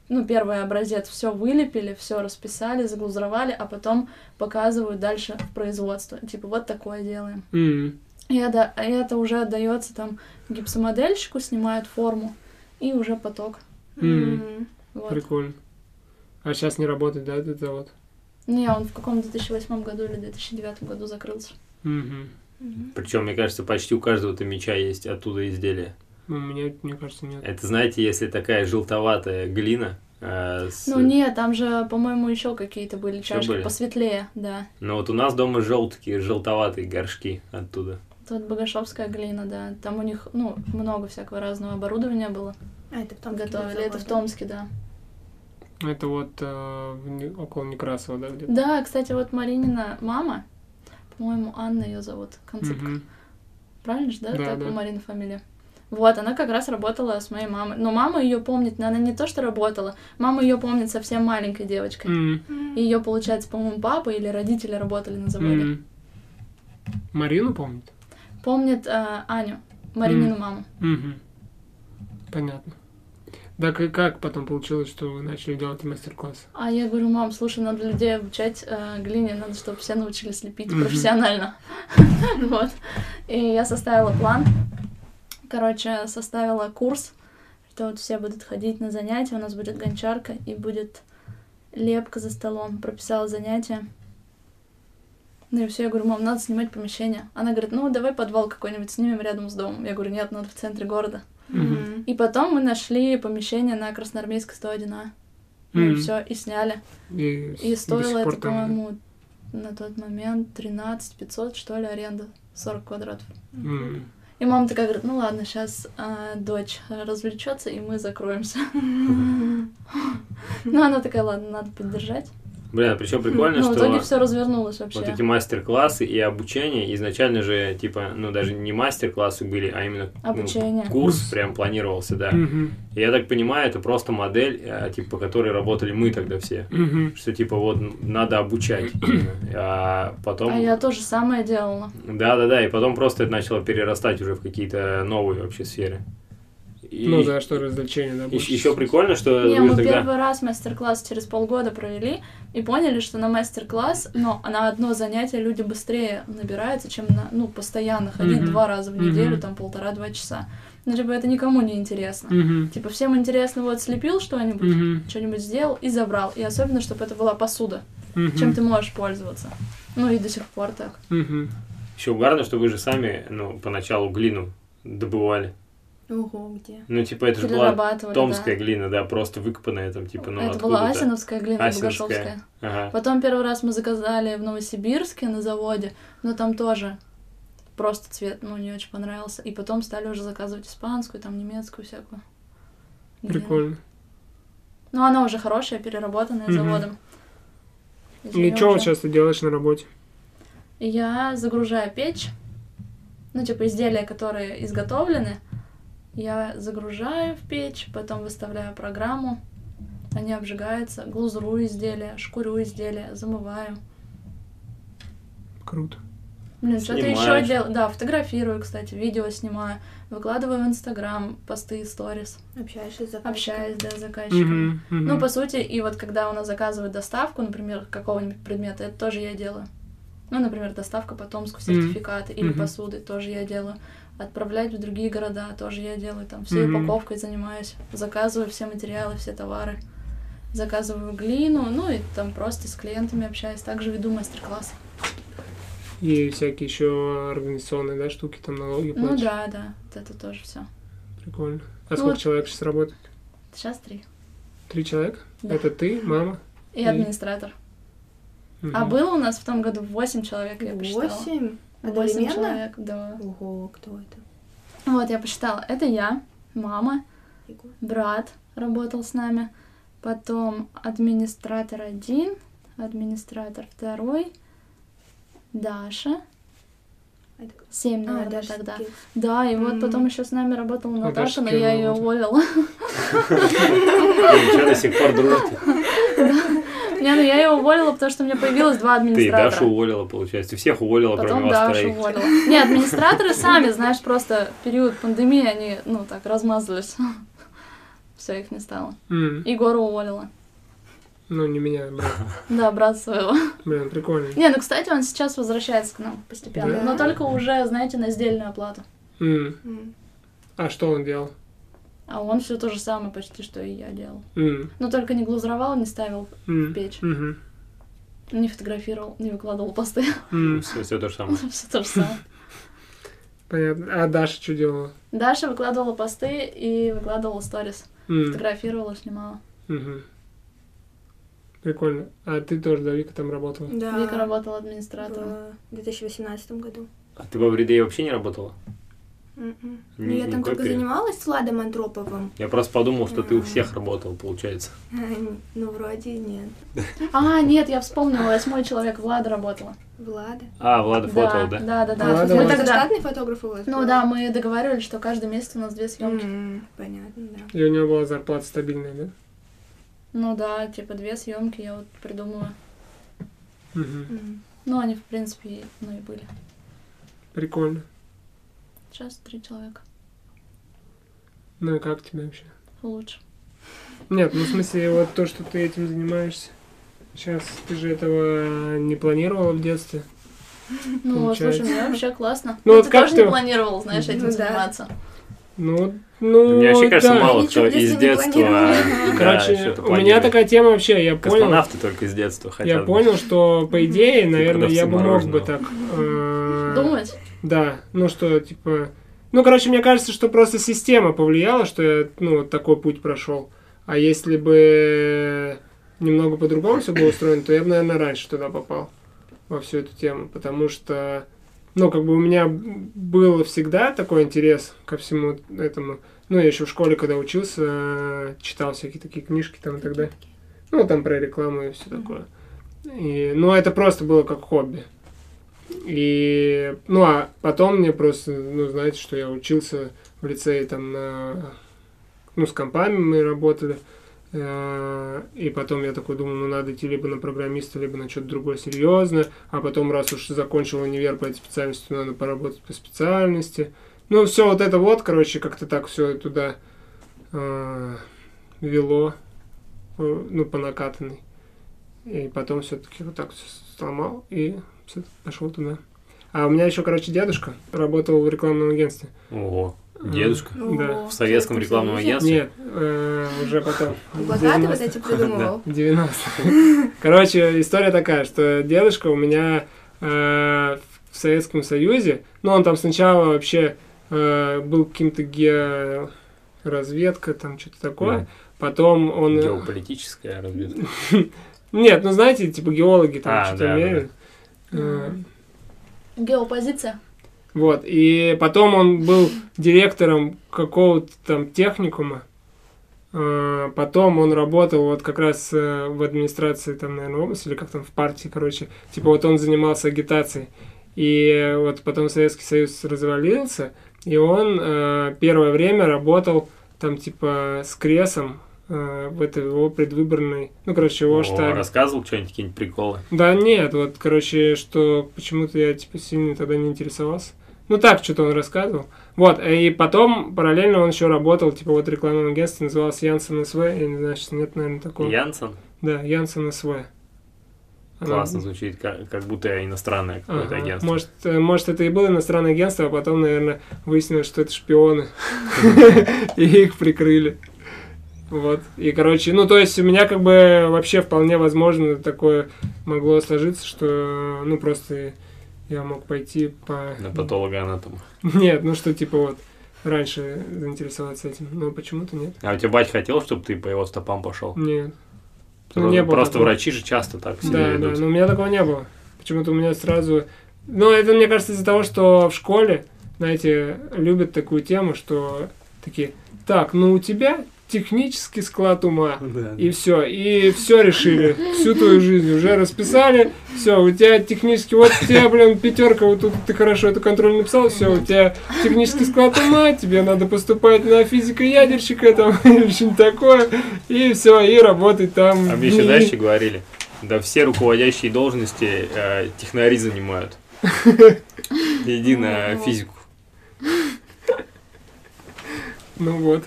ну, первый образец, все вылепили, все расписали, заглузровали, а потом показывают дальше в производство. Типа, вот такое делаем.
Мгм.
И это, и это уже отдается там гипсомодельщику, снимают форму, и уже поток.
Мгм.
Вот.
Прикольно. А сейчас не работает, да, этот завод?
Не, он Ну, в каком 2008 году или 2009 году закрылся.
Мгм.
Мгм.
Причем, мне кажется, почти у каждого то меча есть оттуда изделие.
Ну, У меня, мне кажется, нет.
Это, знаете, если такая желтоватая глина. э, с-
Ну нет, там же, по-моему, еще какие-то были
Ещё
чашки
были?
посветлее, да.
Но Ну, вот у нас дома желтые, желтоватые горшки оттуда.
Тут Богашовская глина, да. Там у них, ну, много всякого разного оборудования было.
А это в том
Готовили. Это в Томске, да.
Это вот э, в Не- около Некрасова, да, где-то?
Да, кстати, вот Маринина мама, по-моему, Анна ее зовут, концепт.
Мгм.
Правильно же, да?
Да,
так
да.
у Марина фамилия. Вот, она как раз работала с моей мамой. Но мама ее помнит, но она не то что работала, мама ее помнит совсем маленькой девочкой.
М.
Ее, получается, по-моему, папа или родители работали на заводе.
М. Марину помнит?
Помнит э, Аню, Маринину
М.
маму.
Мгм. Понятно. Так и как потом получилось, что вы начали делать мастер-классы?
А я говорю, мам, слушай, надо людей обучать э, глине, надо, чтобы все научились лепить
Мгм.
профессионально. Вот. И я составила план. Короче, составила курс, что вот все будут ходить на занятия, у нас будет гончарка и будет лепка за столом. Прописала занятия. Ну и все, я говорю, мам, надо снимать помещение. Она говорит, ну давай подвал какой-нибудь снимем рядом с домом. Я говорю, нет, надо в центре города.
Мгм.
И потом мы нашли помещение на Красноармейской 101 а. Ну и
Мгм.
все, и сняли.
И, с-
И
до сих
стоило это,
пор там-
по-моему, на тот момент 13 500, что ли, аренда. 40 квадратов.
М.
И мама такая говорит, ну ладно, сейчас дочь развлечется, и мы закроемся. Ну, она такая, ладно, надо поддержать.
Бля, причем прикольно,
Ну, в
что...
итоге все развернулось
Вот эти
вообще.
мастер-классы и обучение изначально же, типа, ну, даже не мастер-классы были, а именно ну,
Обучение.
курс прям планировался, да.
Мгм.
И Я так понимаю, это просто модель, э, типа, по которой работали мы тогда все.
Мгм.
Что, типа, вот н- надо обучать именно. А потом...
А я тоже самое делала.
Да-да-да, и потом просто это начало перерастать уже в какие-то новые вообще сферы. И
Ну да, что развлечение, да, больше.
еще прикольно, что
Не,
вы
мы
же тогда...
первый раз мастер-класс через полгода провели и поняли, что на мастер-класс, но на одно занятие люди быстрее набираются, чем на, ну, постоянно ходить
Мгм.
два раза в неделю,
Мгм.
там полтора-два часа. Ну, типа, это никому не интересно.
Мгм.
Типа, всем интересно, вот слепил что-нибудь,
Мгм.
что-нибудь сделал и забрал. И особенно, чтобы это была посуда,
Мгм.
чем ты можешь пользоваться. Ну и до сих пор так.
Мгм.
Еще угарно, что вы же сами, ну, поначалу глину добывали.
Ого, где?
Ну, типа, это же была
Перерабатывали, да.
Томская глина, да, просто выкопанная там, типа, ну,
это была
откуда-то.
Асиновская глина,
Асиновская.
Богашовская.
Ага.
Потом первый раз мы заказали в Новосибирске на заводе, но там тоже просто цвет, ну, не очень понравился. И потом стали уже заказывать испанскую, там немецкую всякую. глину.
Прикольно.
Ну, она уже хорошая, переработанная
Мгм.
заводом. Из
И
неё
что
уже-
сейчас ты делаешь на работе?
Я загружаю печь, ну, типа изделия, которые изготовлены, я загружаю в печь, потом выставляю программу, они обжигаются, глузрую изделия, шкурю изделия, замываю.
Круто.
Блин, что-то еще
Снимаешь.
делаю. Да, фотографирую, кстати, видео снимаю, выкладываю в Инстаграм посты и сторис,
Общаешься с заказчиком?
общаюсь, да, с Ну, заказчиками.
Мгм. Мгм.
Ну, по сути, и вот когда у нас заказывают доставку, например, какого-нибудь предмета, это тоже я делаю. Ну, например, доставка по Томску,
Мгм.
сертификаты или
Мгм.
посуды тоже я делаю. Отправлять в другие города тоже я делаю. Там всей
Мгм.
упаковкой занимаюсь. Заказываю все материалы, все товары. Заказываю глину, ну и там просто с клиентами общаюсь. Также веду мастер-класс.
И всякие еще организационные, да, штуки, там налоги
Ну
платишь.
да, да, вот это тоже все.
Прикольно. А
Ну
сколько
вот-
человек сейчас работает?
Сейчас три.
Три человека?
Да.
Это ты, мама?
И
И-
администратор. А
Мгм.
было у нас в том году восемь человек, я посчитала.
Восемь?
Восемь
Одновременно?
человек, да.
Ого, кто это?
Вот, я посчитала. Это я, мама,
Егор.
брат работал с нами, потом администратор один, администратор второй, Даша,
А, это кто?
семь,
А,
наверное,
Даша
Ну, тогда.
Скилс.
Да, и вот
М.
потом еще с нами работала Наташа,
Даша
но я ее
Скилс.
уволила.
Блин, чё до сих пор дружите?
Не, ну я ее уволила, потому что у меня появилось два
Ты
администратора.
Дашу уволила, получается. Ты всех уволила,
Потом
кроме вас
Дашу
троих.
уволила. Не, администраторы сами, знаешь, просто в период пандемии они, ну, так, размазались. Все, их не стало.
М,
Егора уволила.
Ну, не меня, брат.
Да, брат своего.
Блин, прикольно.
Не, ну, кстати, он сейчас возвращается к нам постепенно.
Да?
Но только уже, знаете, на сдельную оплату.
М,
М.
А что он делал?
А он все то же самое почти, что и я делал.
М,
Но только не глазуровал, не ставил
м,
в печь,
мгм,
не фотографировал, не выкладывал посты.
м,
Все, то же самое.
все то же самое.
Понятно. А Даша что делала?
Даша выкладывала посты и выкладывала сторис.
М,
Фотографировала, снимала.
мгм. Прикольно. А ты тоже, да, Вика там работала?
Да.
Вика работала администратором.
В 2018 году.
А ты во вреде вообще не работала?
М-м. Ну,
Ни-
я там
никакой
только
период.
занималась с Владом Андроповым.
Я просто подумал, что ты у
Мгм.
всех работал, получается.
Ну, вроде нет.
А, нет, я вспомнила, восьмой человек Влада работала.
Влада. А,
А, Влада фотол, да?
Да, да, да.
Влада
Мы
вот.
Это
Ну тогда...
штатный фотограф у вас
Ну
был?
да, мы договаривались, что каждый месяц у нас две съемки.
М, Понятно, да.
И у нее была зарплата стабильная, да?
Ну да, типа две съемки я вот придумала.
Мгм.
М.
Ну, они, в принципе, и- ну и были.
Прикольно.
Сейчас три человека.
Ну и как тебе вообще?
Лучше.
Нет, ну в смысле, вот то, что ты этим занимаешься. Сейчас ты же этого не планировала в детстве.
Ну,
Получается.
слушай, мне вообще классно.
Ну,
Ну,
вот
ты
как
тоже
ты-
не планировал, знаешь, этим
Ну, да.
заниматься.
Ну, ну.
У меня вообще, кажется,
да.
мало
Ничего
кто
в детстве
из
не
детства...
планировала.
да,
Короче,
что-то
у меня
планирует.
такая тема вообще, я понял.
Космонавты только из детства хотят.
Я
быть. Типа,
понял, что по идее, наверное, я бы мог бы
мороженого.
так. э,
Думать?
Да, ну что, типа... Ну, короче, мне кажется, что просто система повлияла, что я, ну, вот такой путь прошел. А если бы немного по-другому все было устроено, то я бы, наверное, раньше туда попал, во всю эту тему. Потому что, ну, как бы у меня был всегда такой интерес ко всему этому. Ну, я еще в школе, когда учился, э, читал всякие такие книжки там и так далее. Ну, там про рекламу и все такое. И, ну, это просто было как хобби. И, ну, а потом мне просто, ну, знаете, что я учился в лицее там на... Ну, с компами мы работали. Э, И потом я такой думал, ну, надо идти либо на программиста, либо на что-то другое серьезное. А потом, раз уж закончил универ по этой специальности, то надо поработать по специальности. Ну, все вот это вот, короче, как-то так все туда э, вело, э, ну, по накатанной. И потом все-таки вот так все сломал и все, пошел туда. А у меня еще, короче, дедушка работал в рекламном агентстве.
Ого,
Мгм.
дедушка.
Да.
О,
В советском рекламном
Союзе.
агентстве?
Нет, э, уже потом. в
Плакаты
90-е.
вот эти придумывал.
90. Короче, история такая, что дедушка у меня э, в Советском Союзе, ну, он там сначала вообще э, был каким-то георазведка, там что-то такое.
Мгм.
Потом он... э,
Геополитическая разведка.
Нет, ну, знаете, типа геологи там
А,
что-то
да, да,
меряют.
да.
Э,
Геопозиция?
Вот, и потом он был директором какого-то там техникума. Э, Потом он работал вот как раз э, в администрации там, наверное, области, или как там, в партии, короче. Типа вот он занимался агитацией. И вот потом Советский Союз развалился, и он э, первое время работал там типа с Кресом э, в этой его предвыборной, ну, короче, его
О,
штабе.
рассказывал что-нибудь, какие-нибудь приколы?
Да нет, вот, короче, что почему-то я, типа, сильно тогда не интересовался. Ну так, что-то он рассказывал. Вот, э, и потом параллельно он еще работал, типа, вот в рекламном агентстве, называлось Янсен СВ, я не знаю, сейчас нет, наверное, такого.
Янсен?
Да, Янсен СВ. Она-
Классно звучит, как, как будто я иностранное какое-то
Ага.
агентство.
Может, э, может, это и было иностранное агентство, а потом, наверное, выяснилось, что это шпионы. И их прикрыли. Вот. И, короче, ну, то есть у меня как бы вообще вполне возможно такое могло сложиться, что, ну, просто я мог пойти по...
На патологоанатома.
Нет, ну, что типа вот раньше заинтересоваться этим. Но почему-то нет.
А у тебя батя хотел, чтобы ты по его стопам пошел?
Нет.
Про-
не было
Просто
такого.
врачи же часто так себя
Да, да,
ведут.
но у меня такого не было. Почему-то у меня сразу... Ну, это, мне кажется, из-за того, что в школе, знаете, любят такую тему, что такие, так, ну у тебя технический склад ума.
Да,
И все, и все решили, всю твою жизнь уже расписали, все, у тебя технически, вот у тебя, блин, пятерка, вот тут ты хорошо эту контроль написал, все, у тебя технический склад ума, тебе надо поступать на физико-ядерщика там или что-нибудь такое, и все, и работать там.
А
в
мне еще
НИИ.
дальше говорили, да все руководящие должности э, технари занимают. Иди на
Ну.
физику.
Ну вот.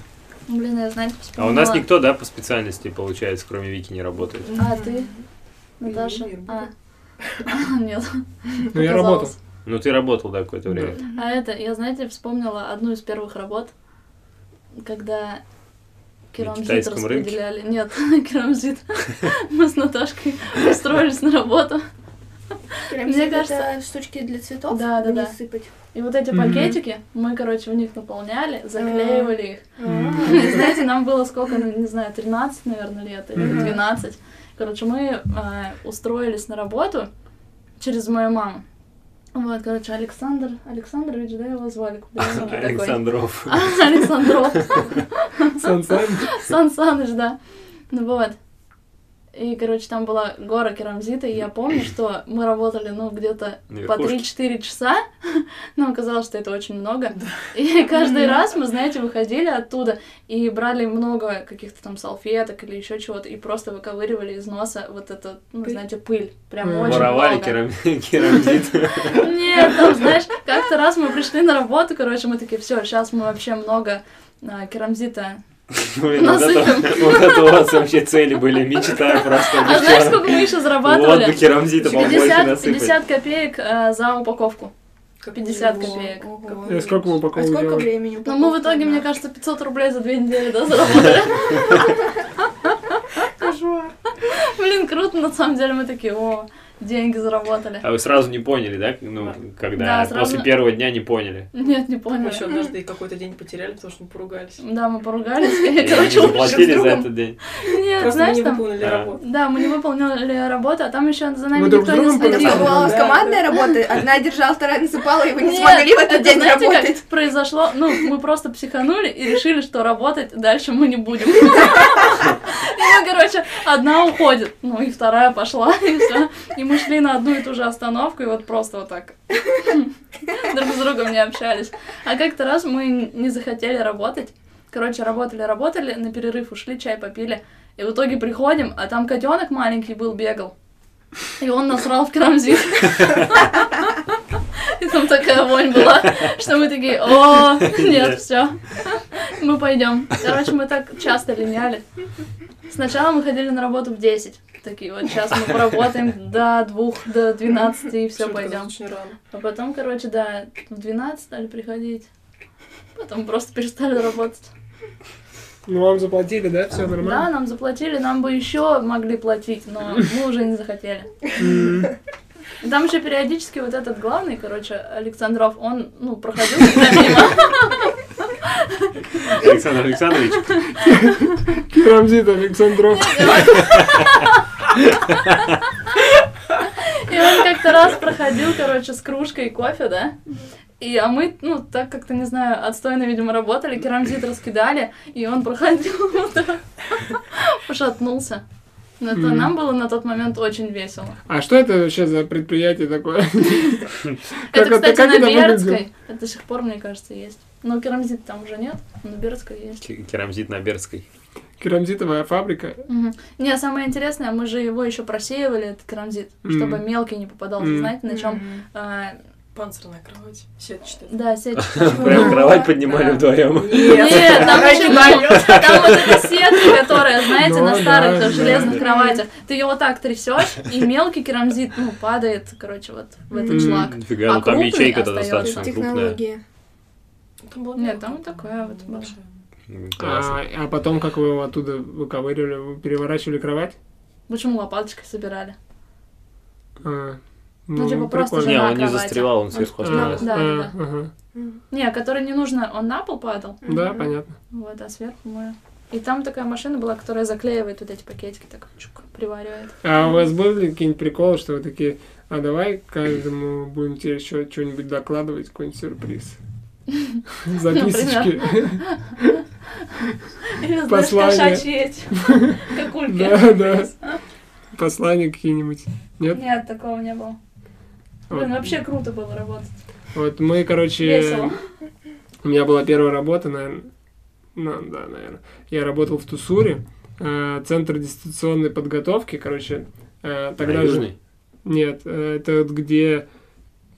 Блин, я знать
А у нас
вспомнила.
никто, да, по специальности, получается, кроме Вики не работает.
А, ты? Наташа.
Ювелир был.
А. Нет.
Ну,
оказалось.
я работал.
Ну, ты работал, да, какое-то время.
А это, я, знаете, вспомнила одну из первых работ, когда керамзит
китайском рынке?
распределяли. Нет, керамзит. Мы с Наташкой устроились на работу.
Прям
Мне
всегда
кажется-
это штучки для цветов?
Да, да,
вниз
да.
сыпать.
И вот эти
Мгм.
пакетики мы, короче, в них наполняли, заклеивали их.
М.
И знаете, нам было сколько, ну, не знаю, 13, наверное, лет или
Мгм.
12. Короче, мы э, устроились на работу через мою маму. Вот, короче, Александр, Александрович, да, его звали? Кудрявый он такой.
Александров.
А, Александров.
Сан Саныч.
Сан Саныч, да. Ну вот. И, короче, там была гора керамзита, и я помню, что мы работали, ну, где-то
На
по
верхушке.
3-4 часа. Нам казалось, что это очень много. И каждый раз мы, знаете, выходили оттуда и брали много каких-то там салфеток или еще чего-то, и просто выковыривали из носа вот эту, ну,
Пыль.
знаете, пыль. Прям
Мгм.
очень
Воровали
много.
керам- керамзит.
Нет, там, знаешь, как-то раз мы пришли на работу, короче, мы такие, все, сейчас мы вообще много а, керамзита
Блин, вот это-
Насыпем.
вот это у вас вообще цели были, мечта просто.
А знаешь, сколько мы еще
Вот бы
зарабатывали?
керамзита побольше
50,
насыпать.
50 копеек э, за упаковку.
Как
50
у него.
копеек.
Ого.
И сколько вы упаковок
А сколько
делали?
времени
Но Ну, мы в
упаковка
итоге, мне
одна?
кажется, 500 рублей за две недели, да, заработали.
Кошмар.
Блин, круто, на самом деле мы такие, о, деньги заработали.
А вы сразу не поняли, да? Ну, когда
Да, сразу-
после первого дня не поняли.
Нет, не
Мы
понял.
еще однажды и какой-то день потеряли, потому что мы поругались.
Да, мы поругались. и,
И не
короче, ушли с
заплатили за
другом.
этот день.
Нет,
Просто мы
знаешь,
не
там...
выполнили
Да.
работу.
Да, мы не выполнили работу, а там еще за нами
Вы друг
никто
с
не
другом
Это
поругались?
следил.
что, была
Да,
командная работа? Одна держала, вторая насыпала, и вы не
Нет,
смогли в этот
это
день
знаете, как
работать.
произошло, ну, мы просто психанули и решили, что работать дальше мы не будем. И мы, короче, одна уходит, ну и вторая пошла, и все. И мы шли на одну и ту же остановку, и вот просто вот так друг с другом не общались. А как-то раз мы не захотели работать. Короче, работали, работали, на перерыв ушли, чай попили. И в итоге приходим, а там котенок маленький был, бегал. И он насрал в керамзит. И там такая вонь была, что мы такие, о, нет, все, мы пойдем. Короче, мы так часто линяли. Сначала мы ходили на работу в 10. Такие, вот сейчас мы поработаем до 2, до 12 и все,
Всё,
пойдем.
оказалось, Очень рано.
А потом, короче, да, в 12 стали приходить. Потом просто перестали работать.
Ну, вам заплатили, да? Все нормально?
Да, нам заплатили, нам бы еще могли платить, но мы уже не захотели.
М.
И Там еще периодически вот этот главный, короче, Александров, он, ну, проходил всегда мимо.
Александр Александрович,
Керамзит Александров.
И он как-то раз проходил, короче, с кружкой кофе, да? И, а мы, ну, так как-то, не знаю, отстойно, видимо, работали, керамзит раскидали, и он проходил, вот так, пошатнулся. Но это
Мгм.
нам было на тот момент очень весело.
А что это вообще за предприятие такое? Как
Это,
это-
кстати,
как
на
это выглядело?
Бердской. Это до сих пор, мне кажется, есть. Но керамзит там уже нет, но на Бердской есть.
К- керамзит на Бердской.
Керамзитовая фабрика.
Мгм. Не, а самое интересное, мы же его еще просеивали, этот керамзит,
Мгм.
чтобы мелкий не попадал,
Мгм.
знаете, на чем
Мгм.
а,
Панцирная кровать. Сетчатая.
Да, сетчатая.
Прям кровать поднимали
Да.
вдвоем.
Нет, там
Кровать
еще
не дает.
там вот эта сетка, которая, знаете,
Ну,
на
да,
старых
да,
железных
да.
кроватях. Ты ее вот так трясешь, и мелкий керамзит, ну, падает, короче, вот в этот
М.
шлак.
Нифига, ну
А
там
крупный
ячейка-то
остаётся.
достаточно крупная.
Технологии.
Там была
Нет,
мелкая.
там вот такая вот была.
Большая.
М, Ну, Классно.
А, а потом, как вы его оттуда выковыривали, вы переворачивали кровать?
Почему лопаточкой собирали?
А,
Ну, типа просто
прикольно.
Не,
на
он не
кровати.
застревал, он сверху
А,
оставался.
Да,
а,
да,
ага.
Мгм.
Не, а который не нужно, он на пол падал,
Да,
Мгм.
понятно.
вот, а сверху мы... И там такая машина была, которая заклеивает вот эти пакетики, так чук, приваривает.
А у вас были какие-нибудь приколы, что вы такие, а давай каждому будем тебе еще что-нибудь докладывать, какой-нибудь сюрприз? Записочки.
Или, знаешь,
Послание.
кошачьи эти, кокульки.
Да, да. Послания какие-нибудь. Нет?
Нет, такого не было.
Вот,
Блин, вообще круто было работать.
вот мы, короче,
Весело.
у меня была первая работа, наверное, ну, да, наверное. Я работал в Тусуре, э, центр дистанционной подготовки, короче, э,
А
тогда же...
южный?
Нет, э, это вот где,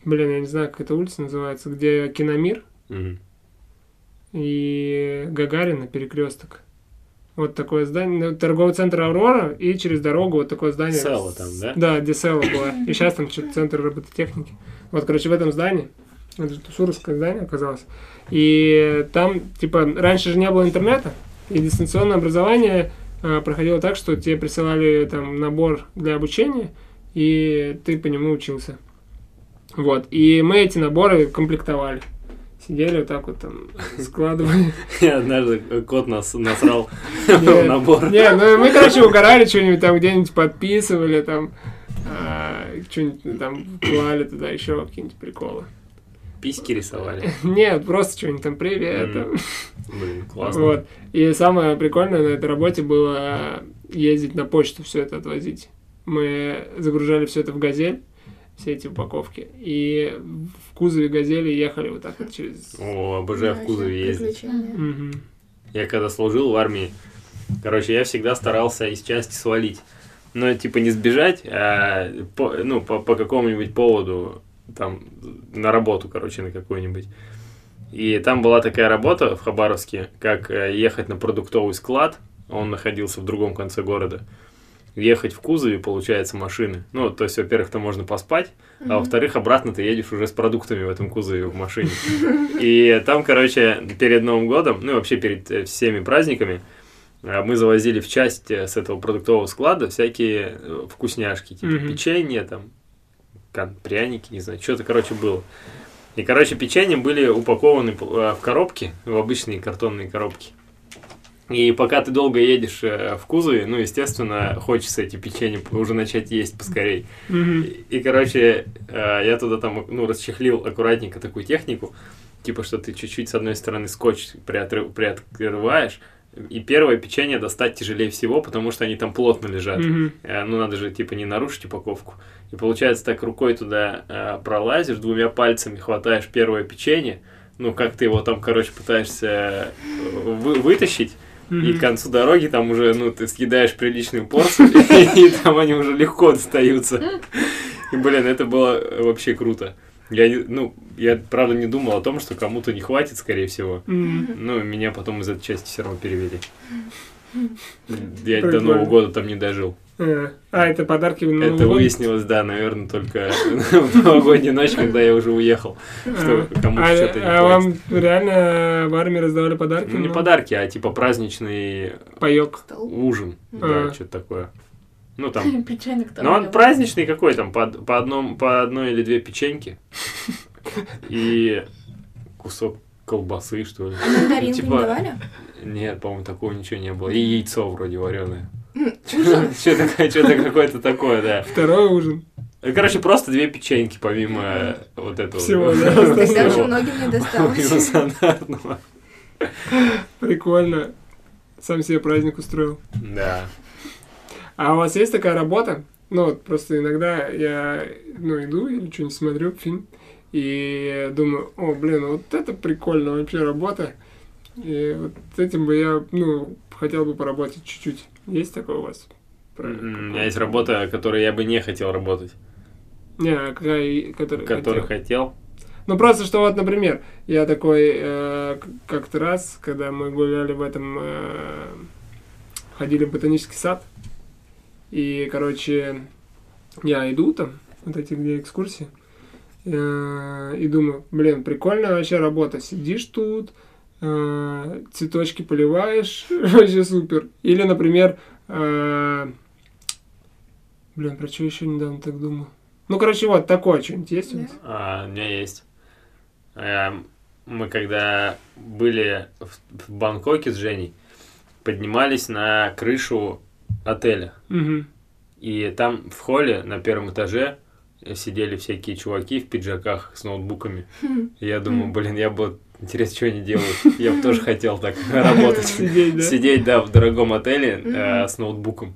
блин, я не знаю, как эта улица называется, где Киномир
Мгм.
и Гагарина перекресток. Вот такое здание, ну, торговый центр Аврора и через дорогу вот такое здание.
Село там, да?
Да, где Село было. И сейчас там что-то центр робототехники. Вот, короче, в этом здании, это же Тусуровское здание оказалось, и там, типа, раньше же не было интернета, и дистанционное образование э, проходило так, что тебе присылали там набор для обучения, и ты по нему учился. Вот, и мы эти наборы комплектовали. Сидели вот так вот там, складывали.
И Однажды кот нас насрал в
Нет.
набор.
Не, ну мы, короче, угорали что-нибудь там, где-нибудь подписывали там, а, что-нибудь там клали туда, еще какие-нибудь приколы.
Письки рисовали.
Нет, просто что-нибудь там, привет,
Мгм.
там,
Блин, классно.
Вот. И самое прикольное на этой работе было ездить на почту, все это отвозить. Мы загружали все это в газель, все эти упаковки. И в кузове газели ехали вот так вот через.
О, обожаю в кузове ездить.
Приключения.
Мгм.
Я когда служил в армии, короче, я всегда старался из части свалить. Но, типа, не сбежать, а по, ну, по, по какому-нибудь поводу, там, на работу, короче, на какую-нибудь. И там была такая работа в Хабаровске, как э, ехать на продуктовый склад, он находился в другом конце города, ехать в кузове, получается, машины. Ну, то есть, во-первых, там можно поспать, а во-вторых, обратно ты едешь уже с продуктами в этом кузове в машине. И там, короче, перед Новым годом, ну и вообще перед э, всеми праздниками, э, мы завозили в часть э, с этого продуктового склада всякие э, вкусняшки, типа
Мгм.
печенье, там, кон- пряники, не знаю, что-то, короче, было. И, короче, печенье были упакованы э, в коробки, в обычные картонные коробки. И пока ты долго едешь э, в кузове, ну, естественно, хочется эти печенья уже начать есть поскорей.
Мгм.
И, и, короче, э, я туда там, ну, расчехлил аккуратненько такую технику, типа, что ты чуть-чуть с одной стороны скотч приотры- приоткрываешь, и первое печенье достать тяжелее всего, потому что они там плотно лежат.
Мгм.
Э, Ну, надо же, типа, не нарушить упаковку. И получается, так рукой туда э, пролазишь, двумя пальцами хватаешь первое печенье, ну, как ты его там, короче, пытаешься э, вы- вытащить, и к
Мгм.
концу дороги там уже, ну, ты съедаешь приличную порцию, и там они уже легко достаются. И, блин, это было э, вообще круто. Я, не- ну, я, правда, не думал о том, что кому-то не хватит, скорее всего.
Мгм.
Ну, меня потом из этой части все равно перевели. Я до
Прикольно.
Нового года там не дожил.
Э, А, это подарки на Новый
Это
год?
выяснилось, да, наверное, только в новогоднюю ночь, когда я уже уехал, что
А,
кому-то
а-
что-то не
а
хватит.
вам реально в армии раздавали подарки?
Ну, не подарки, а типа праздничный
Паёк.
Стол.
ужин, да,
А.
что-то такое. Ну, там
Печенек там.
Ну,
не
он
было.
праздничный какой там, по, по, одном, по одной или две печеньки и кусок колбасы, что ли.
Мандаринки не
Типа-
давали?
Нет, по-моему, такого ничего не было. И яйцо вроде вареное. Что-то что-то какое-то такое, да.
Второй ужин.
Э, Короче, просто две печеньки, помимо э, вот этого.
Всего, да.
Тогда
Всего.
уже многим не
Помимо
досталось.
стандартного.
Прикольно. Сам себе праздник устроил.
Да.
А у вас есть такая работа? Ну, вот просто иногда я, ну, иду или что-нибудь смотрю, фильм, и думаю, о, блин, вот это прикольно вообще работа. И вот с этим бы я, ну, хотел бы поработать чуть-чуть. Есть такое у вас?
М, У меня есть работа, которой я бы не хотел работать.
Не, а какая, которая
Которую хотел.
Ну, просто что вот, например, я такой э, к- как-то раз, когда мы гуляли в этом, э, ходили в ботанический сад, и, короче, я иду там, вот эти где экскурсии, э, и думаю, блин, прикольная вообще работа, сидишь тут, э, цветочки поливаешь, вообще супер. Или, например, э, блин, про что еще недавно так думал? Ну, короче, вот такое что-нибудь есть у вас?
А, у меня есть. Эм, Мы когда были в- в Бангкоке с Женей, поднимались на крышу отеля.
Мгм.
И там в холле на первом этаже сидели всякие чуваки в пиджаках с ноутбуками. И я думаю, блин, я бы... Интересно, что они делают? Я бы тоже хотел так работать.
Сидеть, да?
Сидеть, да, в дорогом отеле э, с ноутбуком.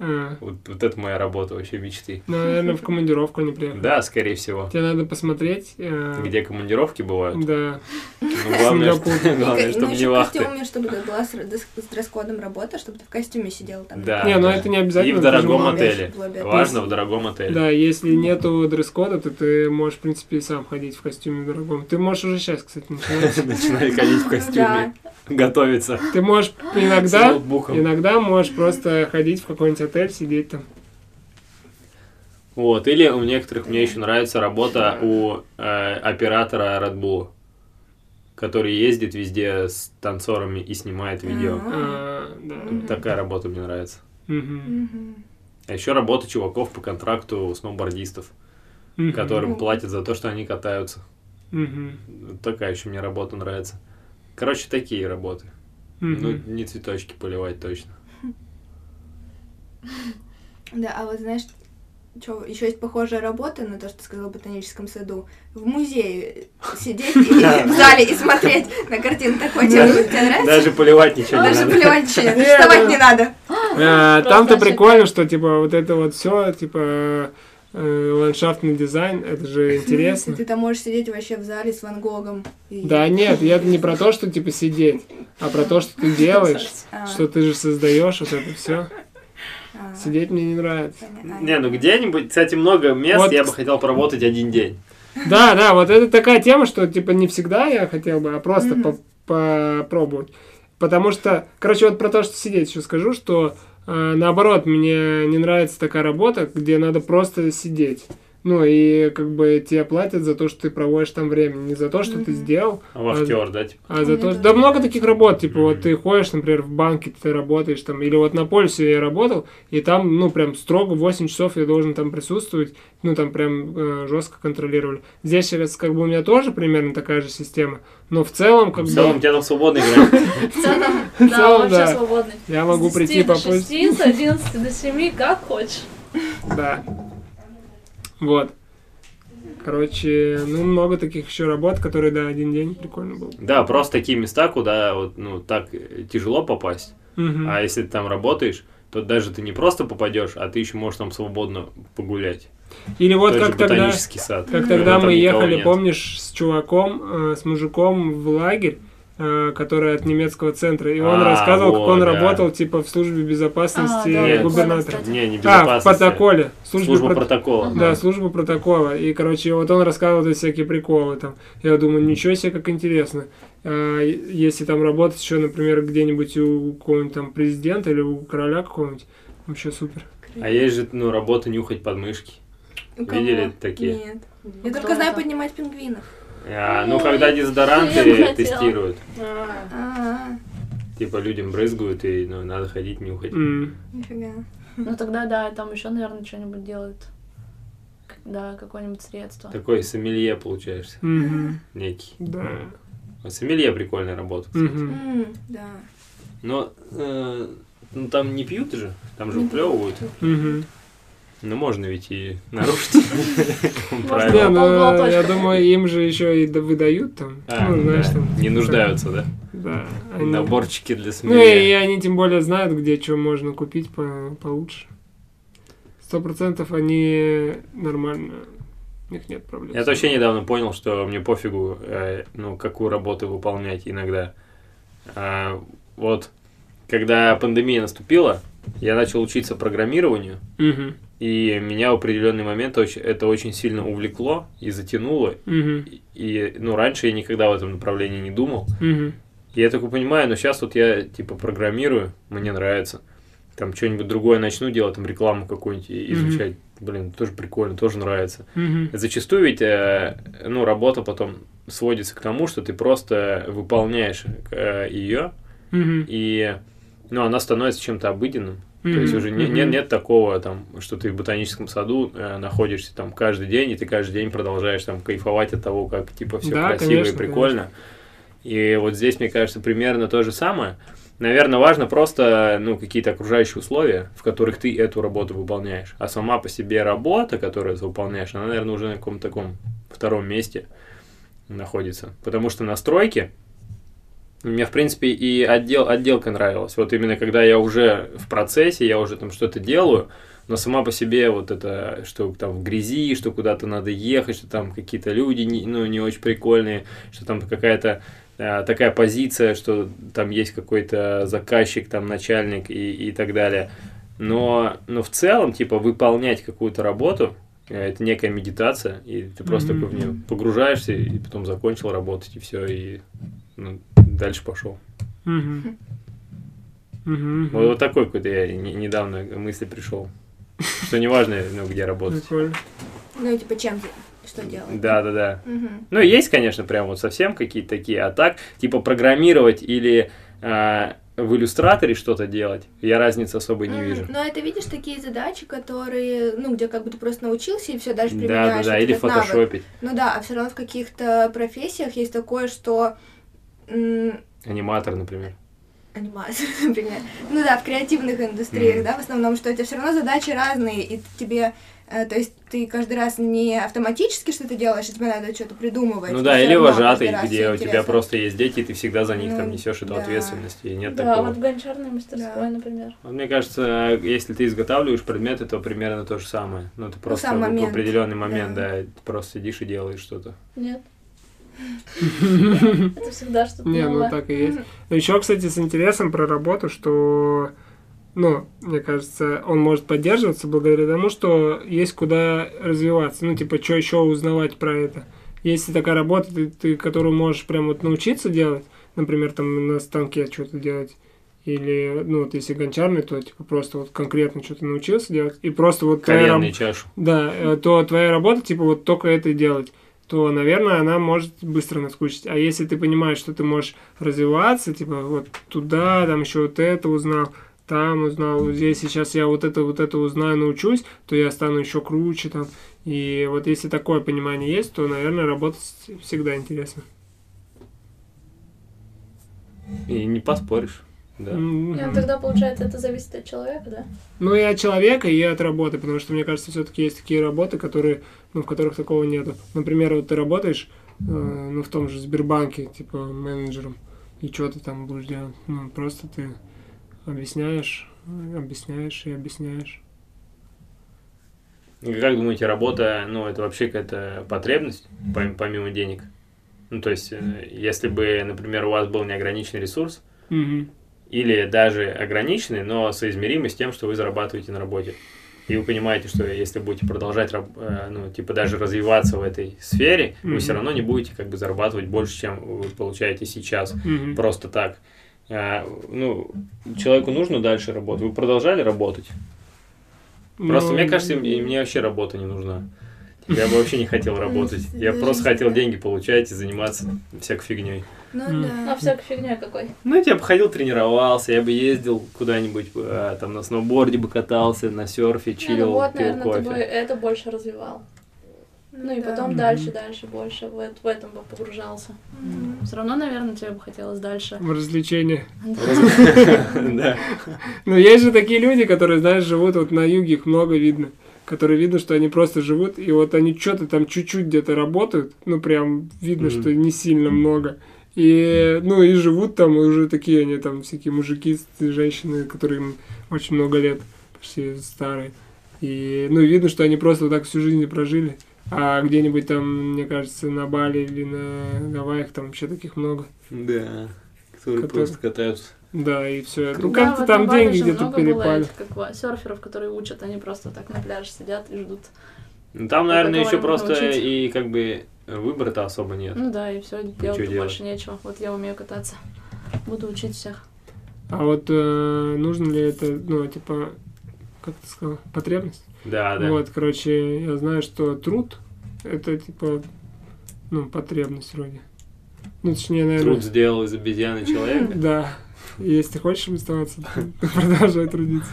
А,
Вот, вот это моя работа вообще мечты.
Наверное, в командировку не приехали.
Да, скорее всего.
Тебе надо посмотреть. э,
Где командировки бывают.
Да.
Ну, главное, что-
Сингапур.
главное,
И- ну,
чтобы
еще
не
в
вахты.
костюме, чтобы это была с, с дресс-кодом работа, чтобы ты в костюме сидел там.
Да.
Не, ну
да.
это не
И
обязательно.
в
ты же
дорогом
можешь-
молодец,
отеле.
молодец.
Важно в дорогом отеле.
Да, если нету дресс-кода, то ты можешь, в принципе, и сам ходить в костюме дорогом. Ты можешь уже сейчас, кстати, начинать.
Начинай ходить в костюме, готовиться
Ты можешь
с
иногда,
ноутбуком.
иногда можешь просто ходить в какой-нибудь отель, сидеть там.
Вот, или у некоторых мне еще нравится работа у э, оператора Red Bull, который ездит везде с танцорами и снимает видео.
Ага.
А, да.
Мгм.
Ну, Такая работа мне нравится.
Мгм.
Мгм.
А еще работа чуваков по контракту сноубордистов,
Мгм.
которым платят за то, что они катаются.
Мгм.
Вот Такая еще мне работа нравится. Короче, такие работы. Ну,
Мгм.
не цветочки поливать точно.
Да, а вот знаешь, что, еще есть похожая работа на то, что ты сказала в ботаническом саду. В музее э, сидеть и- в зале и смотреть на картину такой. Тебе тебе нравится?
Даже поливать ничего не
Даже
надо.
плевать, че,
Нет,
вставать
да.
не надо.
А,
Просто
Там-то
вообще
прикольно, что типа вот это вот все, типа э, ландшафтный дизайн, это же интересно.
Ты там можешь сидеть вообще в зале с Ван Гогом. и-
Да нет, я не про то, что типа сидеть, а про то, что ты делаешь,
А,
что ты же создаешь вот это все.
а,
Сидеть мне не нравится.
понятно.
Не, ну где-нибудь, кстати, много мест,
Вот,
я бы
кс-
хотел поработать один день.
Да, да, вот это такая тема, что типа не всегда я хотел бы, а просто
Мгм.
по- попробовать. Потому что, короче, вот про то, что сидеть еще скажу, что э, наоборот, мне не нравится такая работа, где надо просто сидеть. Ну и как бы тебе платят за то, что ты проводишь там время, не за то, что ты
Мгм.
сделал,
Вахтер, да, типа.
А за
Мне
то,
тоже
да много таких работ, типа вот
Мгм.
ты ходишь, например, в банке ты работаешь там, или вот на полюсе я работал, и там, ну, прям строго 8 часов я должен там присутствовать, ну, там прям э, жестко контролировали. Здесь сейчас как бы у меня тоже примерно такая же система, но в целом как
В целом, у
бы
тебя там свободный график.
В целом,
В
да,
целом,
вообще
да.
свободный.
я могу
С 10
прийти
до
попозже.
6, с 11 до 7, как хочешь.
Да. Вот. Короче, ну, много таких еще работ, которые, да, один день прикольно был.
Да, просто такие места, куда вот, ну, так э, тяжело попасть.
Мгм.
А если ты там работаешь, то даже ты не просто попадешь, а ты еще можешь там свободно погулять.
Или вот
Тот же
как тогда...
ботанический сад.
Как
Когда
тогда
там
мы
никого
ехали,
нет.
помнишь, с чуваком, э, с мужиком в лагерь, э, который от немецкого центра, и он
А,
рассказывал, как
вот,
он
да.
работал типа в службе безопасности
А, да,
Нет.
губернатора.
Не, не
А, в
безопасности.
протоколе. Служба,
Служба
прот-
протокола.
Да, служба протокола. И, короче, вот он рассказывал эти всякие приколы там. Я думаю, ничего себе, как интересно. А, е- если там работать еще, например, где-нибудь у какого-нибудь там президента или у короля какого-нибудь, вообще супер.
А есть же, ну, работа нюхать подмышки.
У кого?
видели такие?
Нет. Я только знаю поднимать пингвинов.
А, ну, когда
я
дезодоранты
хотела.
тестируют.
А,
А,
Типа людям брызгают, и ну, надо ходить нюхать.
М.
нифига.
Ну тогда да, там еще, наверное, что-нибудь делают. К- Да, какое-нибудь средство.
Такой сомелье получаешься
Мгм.
некий.
Да.
Вот сомелье прикольная работа. кстати.
Мгм.
М, Да.
Но э, ну, там не пьют же, там же уплевывают.
Мгм.
Ну, можно ведь и нарушить
Не,
правила.
Можно.
ну,
Полголоточка.
я думаю, им же еще и да- выдают там.
А,
ну, знаешь,
да,
там.
Не нуждаются, да?
Да. они-
Наборчики для
Ну, и
смелья.
они тем более знают, где что можно купить по- получше. Сто процентов они нормально. У них нет проблем.
Я вообще недавно понял, что мне пофигу, э, ну, какую работу выполнять иногда. А, Вот, когда пандемия наступила, я начал учиться программированию,
Мгм.
И меня в определенный момент оч- это очень сильно увлекло и затянуло.
Мгм.
И- И, ну, раньше я никогда в этом направлении не думал.
Мгм.
И я такой понимаю, но сейчас вот я, типа, программирую, мне нравится. Там что-нибудь другое начну делать, там рекламу какую-нибудь и-
Мгм.
изучать. Блин, тоже прикольно, тоже нравится.
Мгм.
Зачастую ведь, э, ну, работа потом сводится к тому, что ты просто выполняешь ее,
Мгм.
и, ну, она становится чем-то обыденным. То есть
Мгм.
уже не-
Мгм.
не- нет такого, там, что ты в ботаническом саду э, находишься там каждый день, и ты каждый день продолжаешь там кайфовать от того, как типа все
Да,
красиво
конечно,
и прикольно. И вот здесь, мне кажется, примерно то же самое. Наверное, важно просто ну, какие-то окружающие условия, в которых ты эту работу выполняешь. А сама по себе работа, которую ты выполняешь, она, наверное, уже на каком-то таком втором месте находится. Потому что на стройке мне, в принципе, и отдел, отделка нравилась. Вот именно когда я уже в процессе, я уже там что-то делаю, но сама по себе вот это, что там в грязи, что куда-то надо ехать, что там какие-то люди не, ну, не очень прикольные, что там какая-то э, такая позиция, что там есть какой-то заказчик, там начальник и, и так далее. Но, но в целом, типа, выполнять какую-то работу, э, это некая медитация, и ты просто
Мгм.
такой в нее погружаешься, и потом закончил работать, и все, и ну, дальше пошел.
Мгм. Мгм.
Вот, вот такой какой-то я не- недавно к мысли пришел. Что неважно, ну, где работать.
Прикольно.
Ну, типа, чем ты, что делать?
Да, да, да.
Мгм.
Ну, есть, конечно, прям вот совсем какие-то такие, а так, типа программировать или а, в иллюстраторе что-то делать, я разницы особой не
М,
вижу.
Но это, видишь, такие задачи, которые, ну, где как бы ты просто научился и все дальше
Да,
применяешь.
да, да,
это
или
как навык.
фотошопить.
Ну да, а все равно в каких-то профессиях есть такое, что м,
Аниматор, например.
анимация, например. Ну да, в креативных индустриях,
Мгм.
да, в основном, что это все равно задачи разные, и тебе, э, то есть ты каждый раз не автоматически что-то делаешь, и тебе надо что-то придумывать.
ну
и
да,
всё
или
равно
вожатый,
каждый раз
где
всё
у тебя
интересно.
просто есть дети, и ты всегда за них
Ну,
там несешь эту
да.
ответственность, и нет
да,
такого.
вот в гончарной мастерской, например.
Вот Мне кажется, если ты изготавливаешь предметы, то примерно то же самое. Ну, ты просто
сам
в- в
момент,
определенный момент,
да.
да, ты просто сидишь и делаешь что-то.
Нет. Это всегда что-то
Не, ну
новое.
так и есть. Еще, кстати, с интересом про работу, что, ну, мне кажется, он может поддерживаться благодаря тому, что есть куда развиваться. Ну, типа, что еще узнавать про это. Если такая работа, ты, ты которую можешь прям вот научиться делать, например, там на станке что-то делать, или, ну, вот если гончарный, то, типа, просто вот конкретно что-то научился делать, и просто вот твоя раб-
Коленный чашу.
да, э, то твоя работа, типа, вот только это и делать, то, наверное, она может быстро наскучить. А если ты понимаешь, что ты можешь развиваться, типа, вот туда, там еще вот это узнал, там узнал, вот здесь сейчас я вот это, вот это узнаю, научусь, то я стану еще круче там. И вот если такое понимание есть, то, наверное, работать всегда интересно.
И не поспоришь. Да.
М,
Не, ну
мгм.
тогда, получается, это зависит от человека, да?
Ну и от человека, и от работы, потому что, мне кажется, все-таки есть такие работы, которые, ну, в которых такого нету. Например, вот ты работаешь, э, ну, в том же Сбербанке, типа, менеджером, и что ты там будешь делать? Ну, просто ты объясняешь, э, объясняешь и объясняешь.
И Ну, Как думаете, работа, ну, это вообще какая-то потребность, пом- помимо денег? Ну, то есть, э, если бы, например, у вас был неограниченный ресурс,
Мгм.
или даже ограниченный, но соизмеримый с тем, что вы зарабатываете на работе. И вы понимаете, что если будете продолжать, раб- э, ну, типа, даже развиваться в этой сфере, вы
Мгм.
все равно не будете, как бы, зарабатывать больше, чем вы получаете сейчас.
Мгм.
Просто так. А, ну, человеку нужно дальше работать. Вы продолжали работать. Просто,
Ну,
мне кажется, им- и мне вообще работа не нужна. Я бы вообще не хотел работать. Я
даже
просто
не
хотел
знаю.
деньги получать и заниматься всякой фигней.
Ну
Мгм.
А
да.
всякой фигня какой.
Ну, я бы ходил, тренировался, я бы ездил куда-нибудь, э, там, на сноуборде бы катался, на серфе,
Не, ну
чилил,
вот,
пил
наверное, ты бы
кофе.
это больше развивал. Ну и
да.
потом
Мгм.
дальше, дальше, больше в, эт- в этом бы погружался.
Мгм.
Все равно, наверное, тебе бы хотелось дальше.
В развлечения.
Да.
Ну, есть же такие люди, которые, знаешь, живут вот на юге, их много видно. Которые видно, что они просто живут, и вот они что-то там чуть-чуть где-то работают, ну, прям видно,
Мгм.
что не сильно много. И, ну, и живут там, и уже такие они там, всякие мужики, с- женщины, которым очень много лет, почти старые. И, ну, и видно, что они просто вот так всю жизнь и прожили. А где-нибудь там, мне кажется, на Бали или на Гавайях там вообще таких много.
Да. Которые
Которые-
просто катаются.
Да, и все. Ну
Да,
как-то
в
там
этом баре
деньги
же
где-то
много
перепали.
Было этих, как бы, серферов, которые учат, они просто так на пляже сидят и ждут.
Ну, Там, наверное, еще
которого
просто
научить.
и как бы выбора-то особо нет.
Ну да, и все, делать
делать?
больше нечего. Вот я умею кататься. Буду учить всех.
А вот э, нужно ли это, ну, типа, как ты сказал, потребность?
Да, А, да.
Вот, короче, я знаю, что труд — это, типа, ну, потребность вроде. Ну, точнее, наверное...
Труд сделал из обезьяны человека.
Да. И Если хочешь им оставаться, продолжай трудиться.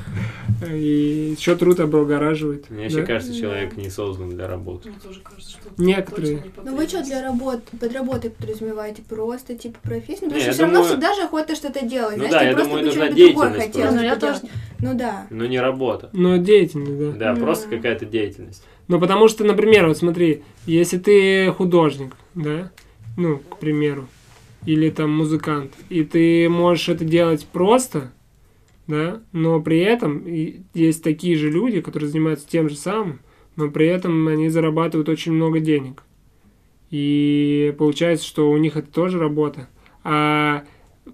И еще труд облагораживает.
Мне вообще
да?
кажется, человек не создан для работы.
Мне тоже кажется, что это
Некоторые.
точно не
Ну вы что
потребность.
для работ, под работой подразумеваете? Просто типа профессию? Ну,
Не,
Потому
я
что все равно
думаю-
всегда же охота что-то делать.
Ну
Знаешь,
да,
ты
я
просто
думаю,
бы
нужна
что-нибудь другое
деятельность
хотела
просто. Ну, я
бы
тоже-
делать. Ну да.
Но не работа.
Но деятельность, да.
Да,
Мгм.
просто какая-то деятельность.
Ну, потому что, например, вот смотри, если ты художник, да, ну, к примеру, или там музыкант, и ты можешь это делать просто, да, но при этом и- есть такие же люди, которые занимаются тем же самым, но при этом они зарабатывают очень много денег. И получается, что у них это тоже работа. А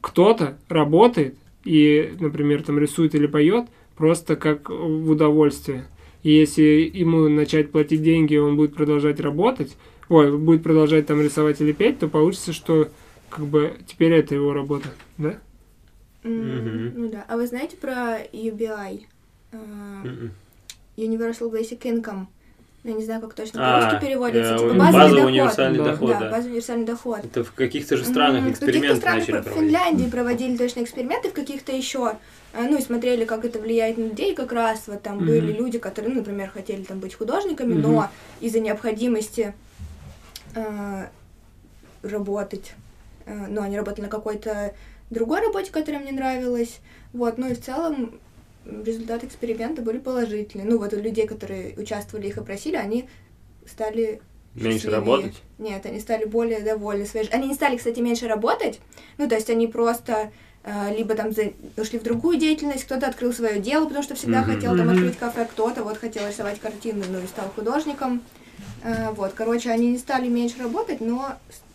кто-то работает и, например, там рисует или поет просто как в удовольствие. И если ему начать платить деньги, он будет продолжать работать, ой, будет продолжать там рисовать или петь, то получится, что как бы теперь это его работа, да?
М,
Мгм.
Ну да. А вы знаете про UBI? Э,
Мгм.
Universal Basic Income. Я не знаю, как точно
А,
по-русски переводится.
э,
Типа
у-
базовый,
базовый
доход.
универсальный
Да.
доход,
Да,
да.
базовый универсальный доход.
Это в каких-то же
Мгм.
странах
В
эксперименты
каких-то странах,
начали
в
проводить.
Финляндии проводили точно эксперименты, в каких-то еще. а, Ну и смотрели, как это влияет на людей, как раз вот там
Мгм.
были люди, которые, ну, например, хотели там быть художниками,
Мгм.
но из-за необходимости э, работать, э, ну, они работали на какой-то другой работе, которая мне нравилась, вот, ну и в целом м, результаты эксперимента были положительные. Ну вот у людей, которые участвовали, их опросили, они стали
Меньше
счастливее.
работать.
нет, они стали более довольны своей жизнью. Они не стали, кстати, меньше работать. Ну, то есть они просто э, либо там за- ушли в другую деятельность, кто-то открыл свое дело, потому что всегда
Мгм.
хотел там
Мгм.
открыть кафе, кто-то вот хотел рисовать картины, ну и стал художником. Э, вот, короче, они не стали меньше работать, но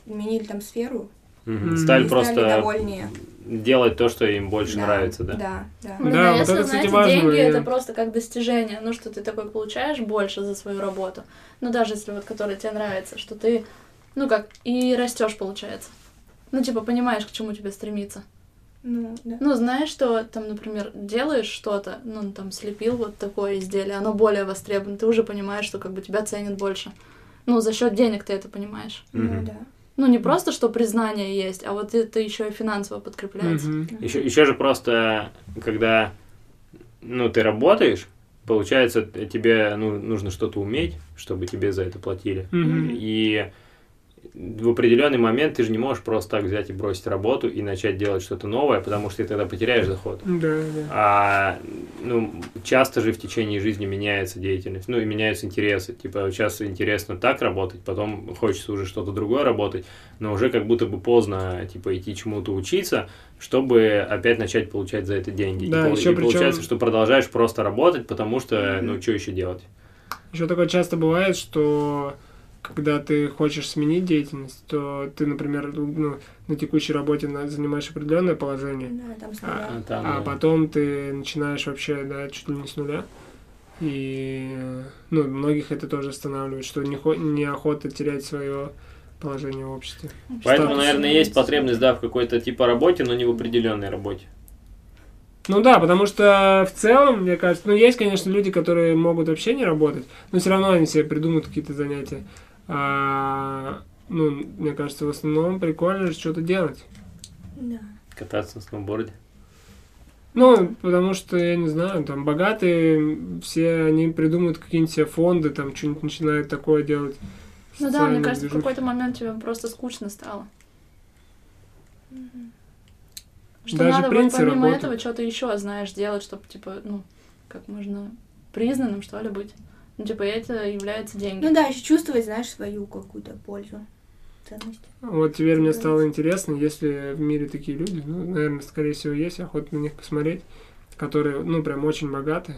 сменили там сферу.
Мгм.
Мгм.
Стали
И стали
просто
довольнее.
делать то, что им больше
Да,
нравится, да.
Да, да.
Да,
Ну
вот
если,
это, кстати,
знаете,
важно,
деньги
я-
это просто как достижение, ну что ты такой получаешь больше за свою работу, ну даже если вот которая тебе нравится, что ты, ну как, и растешь получается. Ну, типа, понимаешь, к чему тебе стремиться.
Ну, да.
Ну, знаешь, что там, например, делаешь что-то, ну, там, слепил вот такое изделие, оно более востребовано, ты уже понимаешь, что как бы тебя ценят больше. Ну, за счет денег ты это понимаешь.
Ну,
Мгм.
да.
Ну, не просто, что признание есть, а вот это еще и финансово подкрепляется.
Мгм.
Еще, еще же просто, когда ну, ты работаешь, получается, т- тебе ну, нужно что-то уметь, чтобы тебе за это платили.
Мгм.
И в определенный момент ты же не можешь просто так взять и бросить работу и начать делать что-то новое, потому что ты тогда потеряешь доход.
Да, да.
А ну, часто же в течение жизни меняется деятельность, ну и меняются интересы. Типа сейчас интересно так работать, потом хочется уже что-то другое работать, но уже как будто бы поздно типа идти чему-то учиться, чтобы опять начать получать за это деньги.
Да,
и пол-
ещё
и получается,
причём-
что продолжаешь просто работать, потому что ну что еще делать?
Еще такое часто бывает, что когда ты хочешь сменить деятельность, то ты, например, ну, на текущей работе на- занимаешь определенное положение,
Да, там с нуля.
А там,
А
да.
потом ты начинаешь вообще, да, чуть ли не с нуля. И, э, ну, многих это тоже останавливает, что не хо- неохота терять свое положение в обществе.
Поэтому,
статус
наверное, есть потребность, да, в какой-то типа работе, но не в определенной работе.
Ну да, потому что в целом, мне кажется, ну есть, конечно, люди, которые могут вообще не работать, но все равно они себе придумают какие-то занятия. А, ну, мне кажется, в основном прикольно же что-то делать.
Да.
Кататься на сноуборде.
Ну, потому что, я не знаю, там богатые, м, все они придумают какие-нибудь себе фонды, там что-нибудь начинают такое делать.
Ну да, мне
Социальные
кажется, в
движухи.
какой-то момент тебе просто скучно стало. Что
Даже
надо вот
принцы
помимо
работают.
этого что-то еще, знаешь, делать, чтобы, типа, ну, как можно признанным, что ли, быть. Ну, типа, это является деньги.
Ну да, еще чувствовать, знаешь, свою какую-то пользу, ценность.
Вот теперь мне стало интересно, если в мире такие люди, ну, наверное, скорее всего, есть охота на них посмотреть, которые, ну, прям очень богаты,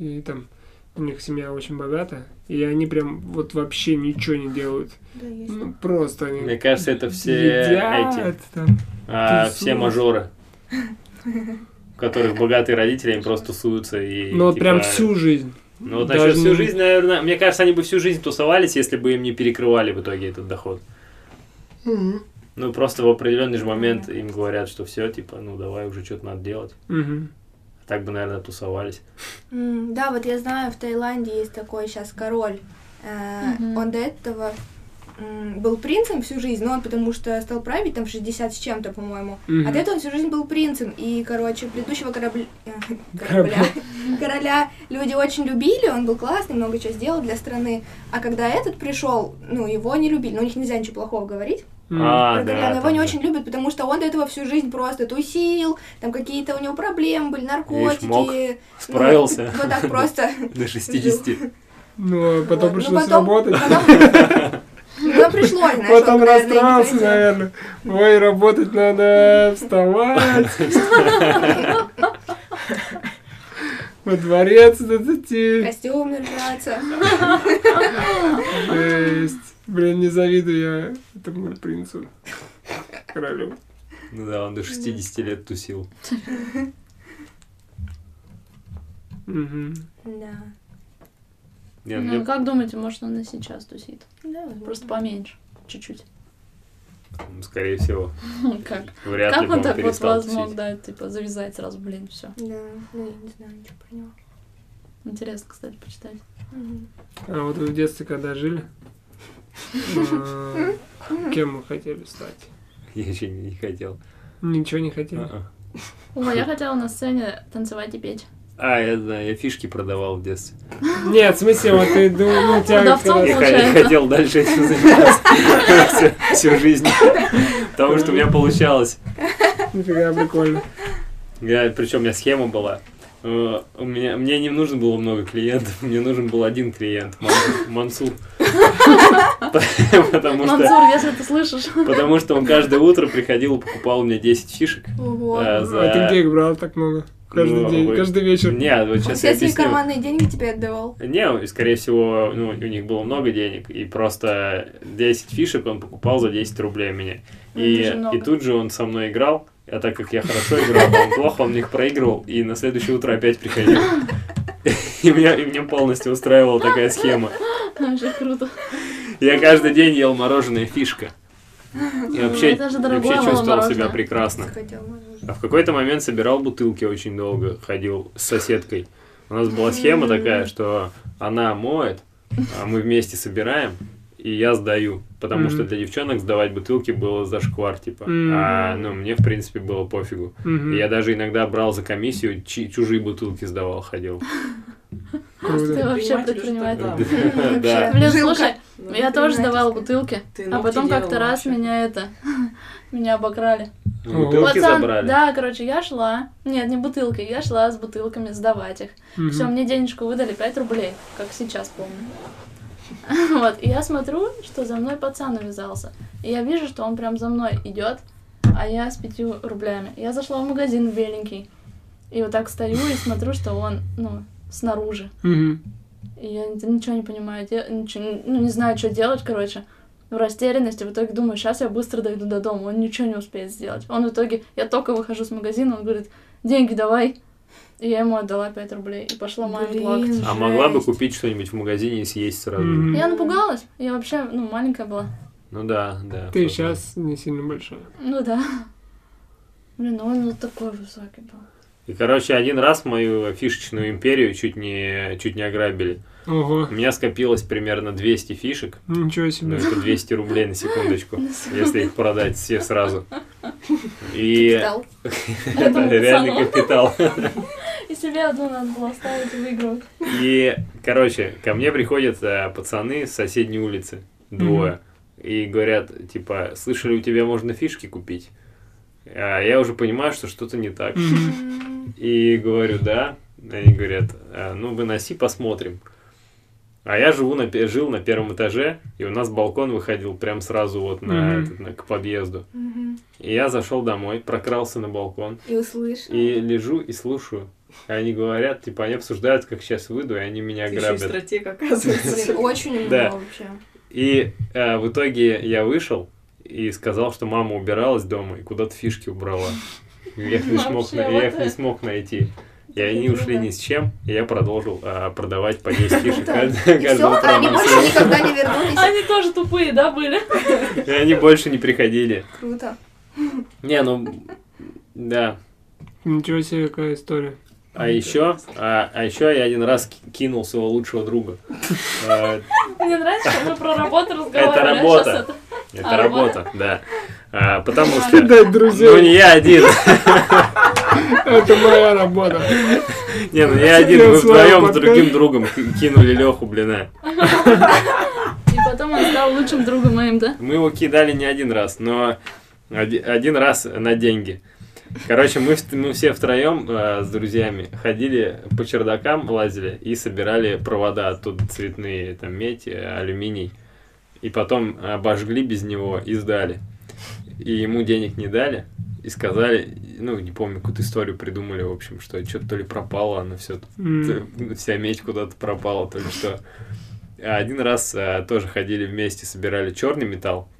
и там у них семья очень богата, и они прям вот вообще ничего не делают.
Да, есть.
Ну, просто они
Мне кажется, это все
едят
эти,
там.
а,
Тусуют.
все мажоры. в которых богатые родители им просто суются и...
Ну вот
типа,
прям всю жизнь.
Ну вот
Даже
насчет всю
не-
жизнь, наверное... Мне кажется, они бы всю жизнь тусовались, если бы им не перекрывали в итоге этот доход.
Мгм.
Ну просто в определенный же момент им говорят, что все, типа, ну давай уже что-то надо делать.
Мгм.
Так бы, наверное, тусовались.
М, Да, вот я знаю, в Таиланде есть такой сейчас король. Э,
Мгм.
Он до этого м, был принцем всю жизнь, но он потому что стал править там в 60 с чем-то, по-моему. А
Мгм.
до этого он всю жизнь был принцем. И, короче, предыдущего корабля...
Корабля.
корабля... короля люди очень любили, он был классный, много чего сделал для страны. А когда этот пришел, ну, его не любили. Ну, у них нельзя ничего плохого говорить.
Мгм.
А,
Про короля,
да.
но его
там
не
же.
очень любят, потому что он до этого всю жизнь просто тусил, там какие-то у него проблемы были, наркотики.
мог.
Ну,
Справился.
Вот так просто.
До 60.
Ну, а потом
Вот, ну,
пришлось
потом-
работать.
потом- Ну, пришлось, знаешь,
Вот
он,
он
наверное, не
расстроился,
хотел.
наверное. Ой, работать надо, вставать. Во дворец надо идти.
Костюм ржаться.
Жесть. Блин, не завидую я этому принцу. Королю.
Ну да, он до 60 лет тусил.
Мгм.
Да.
Не,
Ну,
мне-
как думаете, может, он и сейчас тусит?
Да,
Просто поменьше, чуть-чуть.
Скорее всего.
Ну, Как?
Вряд ли
как
бы
он
он
так вот
перестал
вас
тусить.
мог, да, типа, завязать сразу, блин, все.
Да, ну, я не знаю ничего про него.
Интересно, кстати, почитать.
Мгм.
А вот вы в детстве, когда жили, э, кем вы хотели стать?
Я еще не хотел.
Ничего не
Типа.
хотели?
А-а.
О,
Хм.
я хотела на сцене танцевать и петь.
А, я знаю, я фишки продавал в детстве.
Нет, в смысле, вот ты думал, ну, у тебя
Удавцом
когда-
Я х-
Получается.
я хотел дальше этим заниматься всю- всю жизнь. Потому что у меня получалось.
Нифига, прикольно.
Я, причем у меня схема была. Э, У меня, мне не нужно было много клиентов, мне нужен был один клиент, Ман- Мансур. Потому что,
Мансур, если ты слышишь.
потому что он каждое утро приходил и покупал у меня 10 фишек.
Ого.
А, за-
А ты где их брал так много? Каждый
Ну,
день,
вы-
каждый вечер.
Не, вот
Он
сейчас я
все свои
объясню.
карманные деньги тебе отдавал.
Не, скорее всего, ну, у них было много денег, и просто 10 фишек он покупал за 10 рублей у меня.
Ну,
И,
это же много.
и тут же он со мной играл, а так как я хорошо играл, а он плохо, он мне их проигрывал, и на следующее утро опять приходил. И меня, и меня полностью устраивала такая схема.
Вообще круто.
Я каждый день ел мороженое фишка. И вообще,
Ну, это же дорогое
вообще чувствовал
мороженое.
себя прекрасно.
Хотел мороженое.
А в какой-то момент собирал бутылки очень долго, ходил с соседкой. У нас была схема такая, что она моет, а мы вместе собираем, и я сдаю. Потому
Мгм.
что для девчонок сдавать бутылки было зашквар, типа.
Мгм.
А, ну, мне, в принципе, было пофигу.
Мгм.
И я даже иногда брал за комиссию, чи- чужие бутылки сдавал, ходил.
Ты
Круто.
вообще
Предприниматель
предприниматель.
Да.
Да.
Блин,
Жилка.
слушай,
Ну,
я тоже сдавала
предпринимательская.
бутылки,
Ты
а
ногти
потом как-то
делала
раз
вообще.
меня это... Меня обокрали.
Бутылки
Пацан,
забрали.
Да, короче, я шла. Нет, не бутылки, я шла с бутылками сдавать их.
Мгм.
Все, мне денежку выдали 5 рублей, как сейчас помню. Вот, и я смотрю, что за мной пацан увязался. И я вижу, что он прям за мной идет, а я с пятью рублями. Я зашла в магазин беленький. И вот так стою и смотрю, что он, ну, снаружи.
Мгм.
И я н- ничего не понимаю, де- ничего, не- ну, не знаю, что делать, короче. В растерянности в итоге думаю, сейчас я быстро дойду до дома, он ничего не успеет сделать. Он в итоге, я только выхожу с магазина, он говорит, деньги давай. И я ему отдала 5 рублей и пошла маме
Блин.
плакать.
А могла бы
Жесть.
купить что-нибудь в магазине и съесть сразу же.
Мгм.
Я напугалась, я вообще, ну, маленькая была.
Ну да, да.
Ты
вот, да.
сейчас не сильно большая.
Ну да. Блин, ну он вот такой высокий был.
И, короче, один раз мою фишечную империю чуть не, чуть не ограбили.
Ого.
У меня скопилось примерно 200 фишек.
Ничего
Ну,
себе.
это 200 рублей на секундочку,
На секунду.
если их продать все сразу. И
Капитал.
это
Этому
реальный
пацану.
капитал.
Ну, И себе одну надо было оставить и выигрывать.
И, короче, ко мне приходят э, пацаны с соседней улицы, двое, и говорят, типа, слышали, у тебя можно фишки купить? А я уже понимаю, что что-то не так.
Мгм.
М,
И говорю, да. Они говорят, «А, ну выноси, посмотрим. А я живу на, пе- жил на первом этаже, и у нас балкон выходил прям сразу вот на,
Мгм.
этот, на- к подъезду.
мгм.
И я зашел домой, прокрался на балкон,
И услышал.
и лежу и слушаю. И они говорят, типа, они обсуждают, как сейчас выйду, и они меня
Ты еще и
грабят.
стратег,
Блин,
оказывается.
очень
Да.
умно вообще.
И э, в итоге я вышел и сказал, что мама убиралась дома и куда-то фишки убрала. Я их не смог, на-
Вообще,
я их
вот
не
это-
смог найти. И
это
они ушли
круто.
ни с чем, и я продолжил а, продавать по 10 фишек
Да.
кажд-
И все,
каждому
они больше
промоцию.
никогда не вернулись.
Они тоже тупые, да, были?
И они больше не приходили.
Круто.
Не, ну, да.
Ничего себе, какая история.
А еще, а, а еще я один раз ки- кинул своего лучшего друга. А,
Мне нравится, что мы про работу разговаривали.
Это
а
работа.
щас это-
Это
А,
работа, да. А, Потому что...
Кидать друзей.
Ну, не я один.
Это моя работа.
Не, ну я один.
Я
Мы
с вами
вдвоем с
подкаст.
другим другом ки- кинули Леху, блин. а.
И потом он стал лучшим другом моим, да?
Мы его кидали не один раз, но оди- один раз на деньги. Короче, мы, вт- мы все втроем э, с друзьями ходили по чердакам, лазили и собирали провода оттуда цветные, там медь, э, алюминий. И потом обожгли без него и сдали. И ему денег не дали. И сказали, ну, не помню, какую-то историю придумали, в общем, что что-то то ли пропало, оно все
М.
Т- вся медь куда-то пропала только что. А Один раз а, тоже ходили вместе, собирали черный металл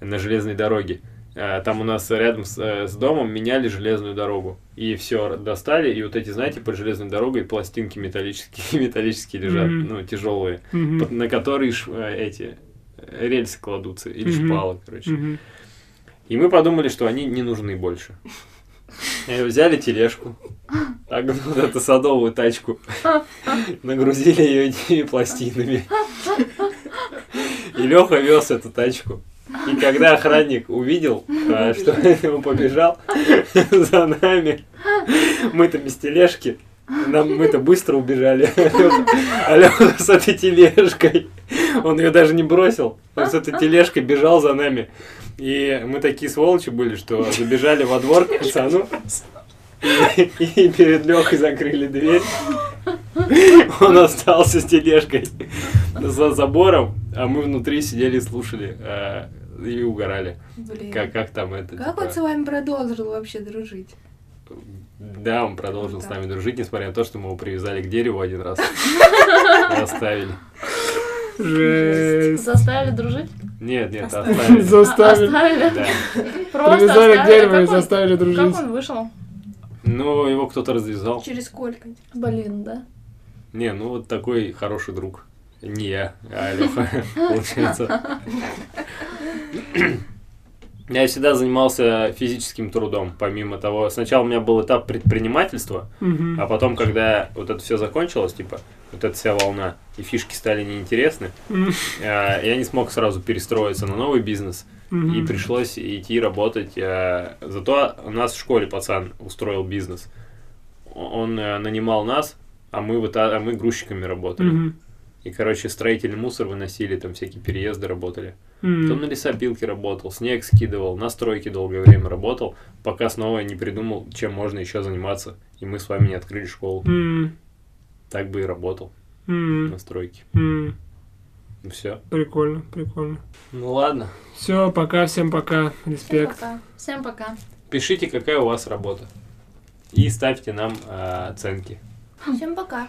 на железной дороге. А, Там у нас рядом с, э, с домом меняли железную дорогу. И все достали, и вот эти, знаете, под железной дорогой пластинки металлические, металлические лежат,
Мгм.
ну, тяжелые,
Мгм.
на которые ш- э, эти э, рельсы кладутся, или
Мгм.
шпалы, короче.
Мгм.
И мы подумали, что они не нужны больше. И Взяли тележку, так ну, вот эту садовую тачку, нагрузили ее этими пластинами. И Леха вез эту тачку. И когда охранник увидел, а, что он побежал за нами, мы-то без тележки, нам мы-то быстро убежали. А Леха с этой тележкой, он ее даже не бросил, он с этой тележкой бежал за нами. И мы такие сволочи были, что забежали во двор к пацану. И, и перед Лехой закрыли дверь. Он остался с тележкой за забором, а мы внутри сидели и слушали э, и угорали.
Блин.
Как, как там это?
Как
типа,
он с вами продолжил вообще дружить?
Да, он продолжил с
Да.
нами дружить, несмотря на то, что мы его привязали к дереву один раз. И Оставили.
Жесть.
Заставили дружить?
Нет, нет,
Оставили.
оставили.
А,
Заставили.
оставили?
Да.
Просто
Привязали к
оставили.
дереву и
Как он-
заставили
Как
дружить.
он вышел?
Ну, его кто-то развязал.
Через сколько?
Блин, да.
Не, ну вот такой хороший друг. Не я, а Леха, получается. Я всегда занимался физическим трудом, помимо того. Сначала у меня был этап предпринимательства,
Мгм.
а потом, когда вот это все закончилось, типа, вот эта вся волна, и фишки стали неинтересны,
М.
э, я не смог сразу перестроиться на новый бизнес, и
Мгм.
пришлось идти работать. э, Зато у нас в школе пацан устроил бизнес. Он э, нанимал нас, а мы, вот, а мы грузчиками работали.
Мгм.
И, короче, строители мусор выносили, там всякие переезды работали. Потом на
М.
лесопилке работал, снег скидывал, на стройке долгое время работал, пока снова не придумал, чем можно еще заниматься. И мы с вами не открыли школу.
М.
Так бы и работал
М.
на стройке.
М.
Ну все.
Прикольно, прикольно.
Ну ладно.
Все, пока, всем пока. Респект.
Типа,
Всем пока.
Пишите, какая у вас работа. И ставьте нам э, оценки.
Всем пока.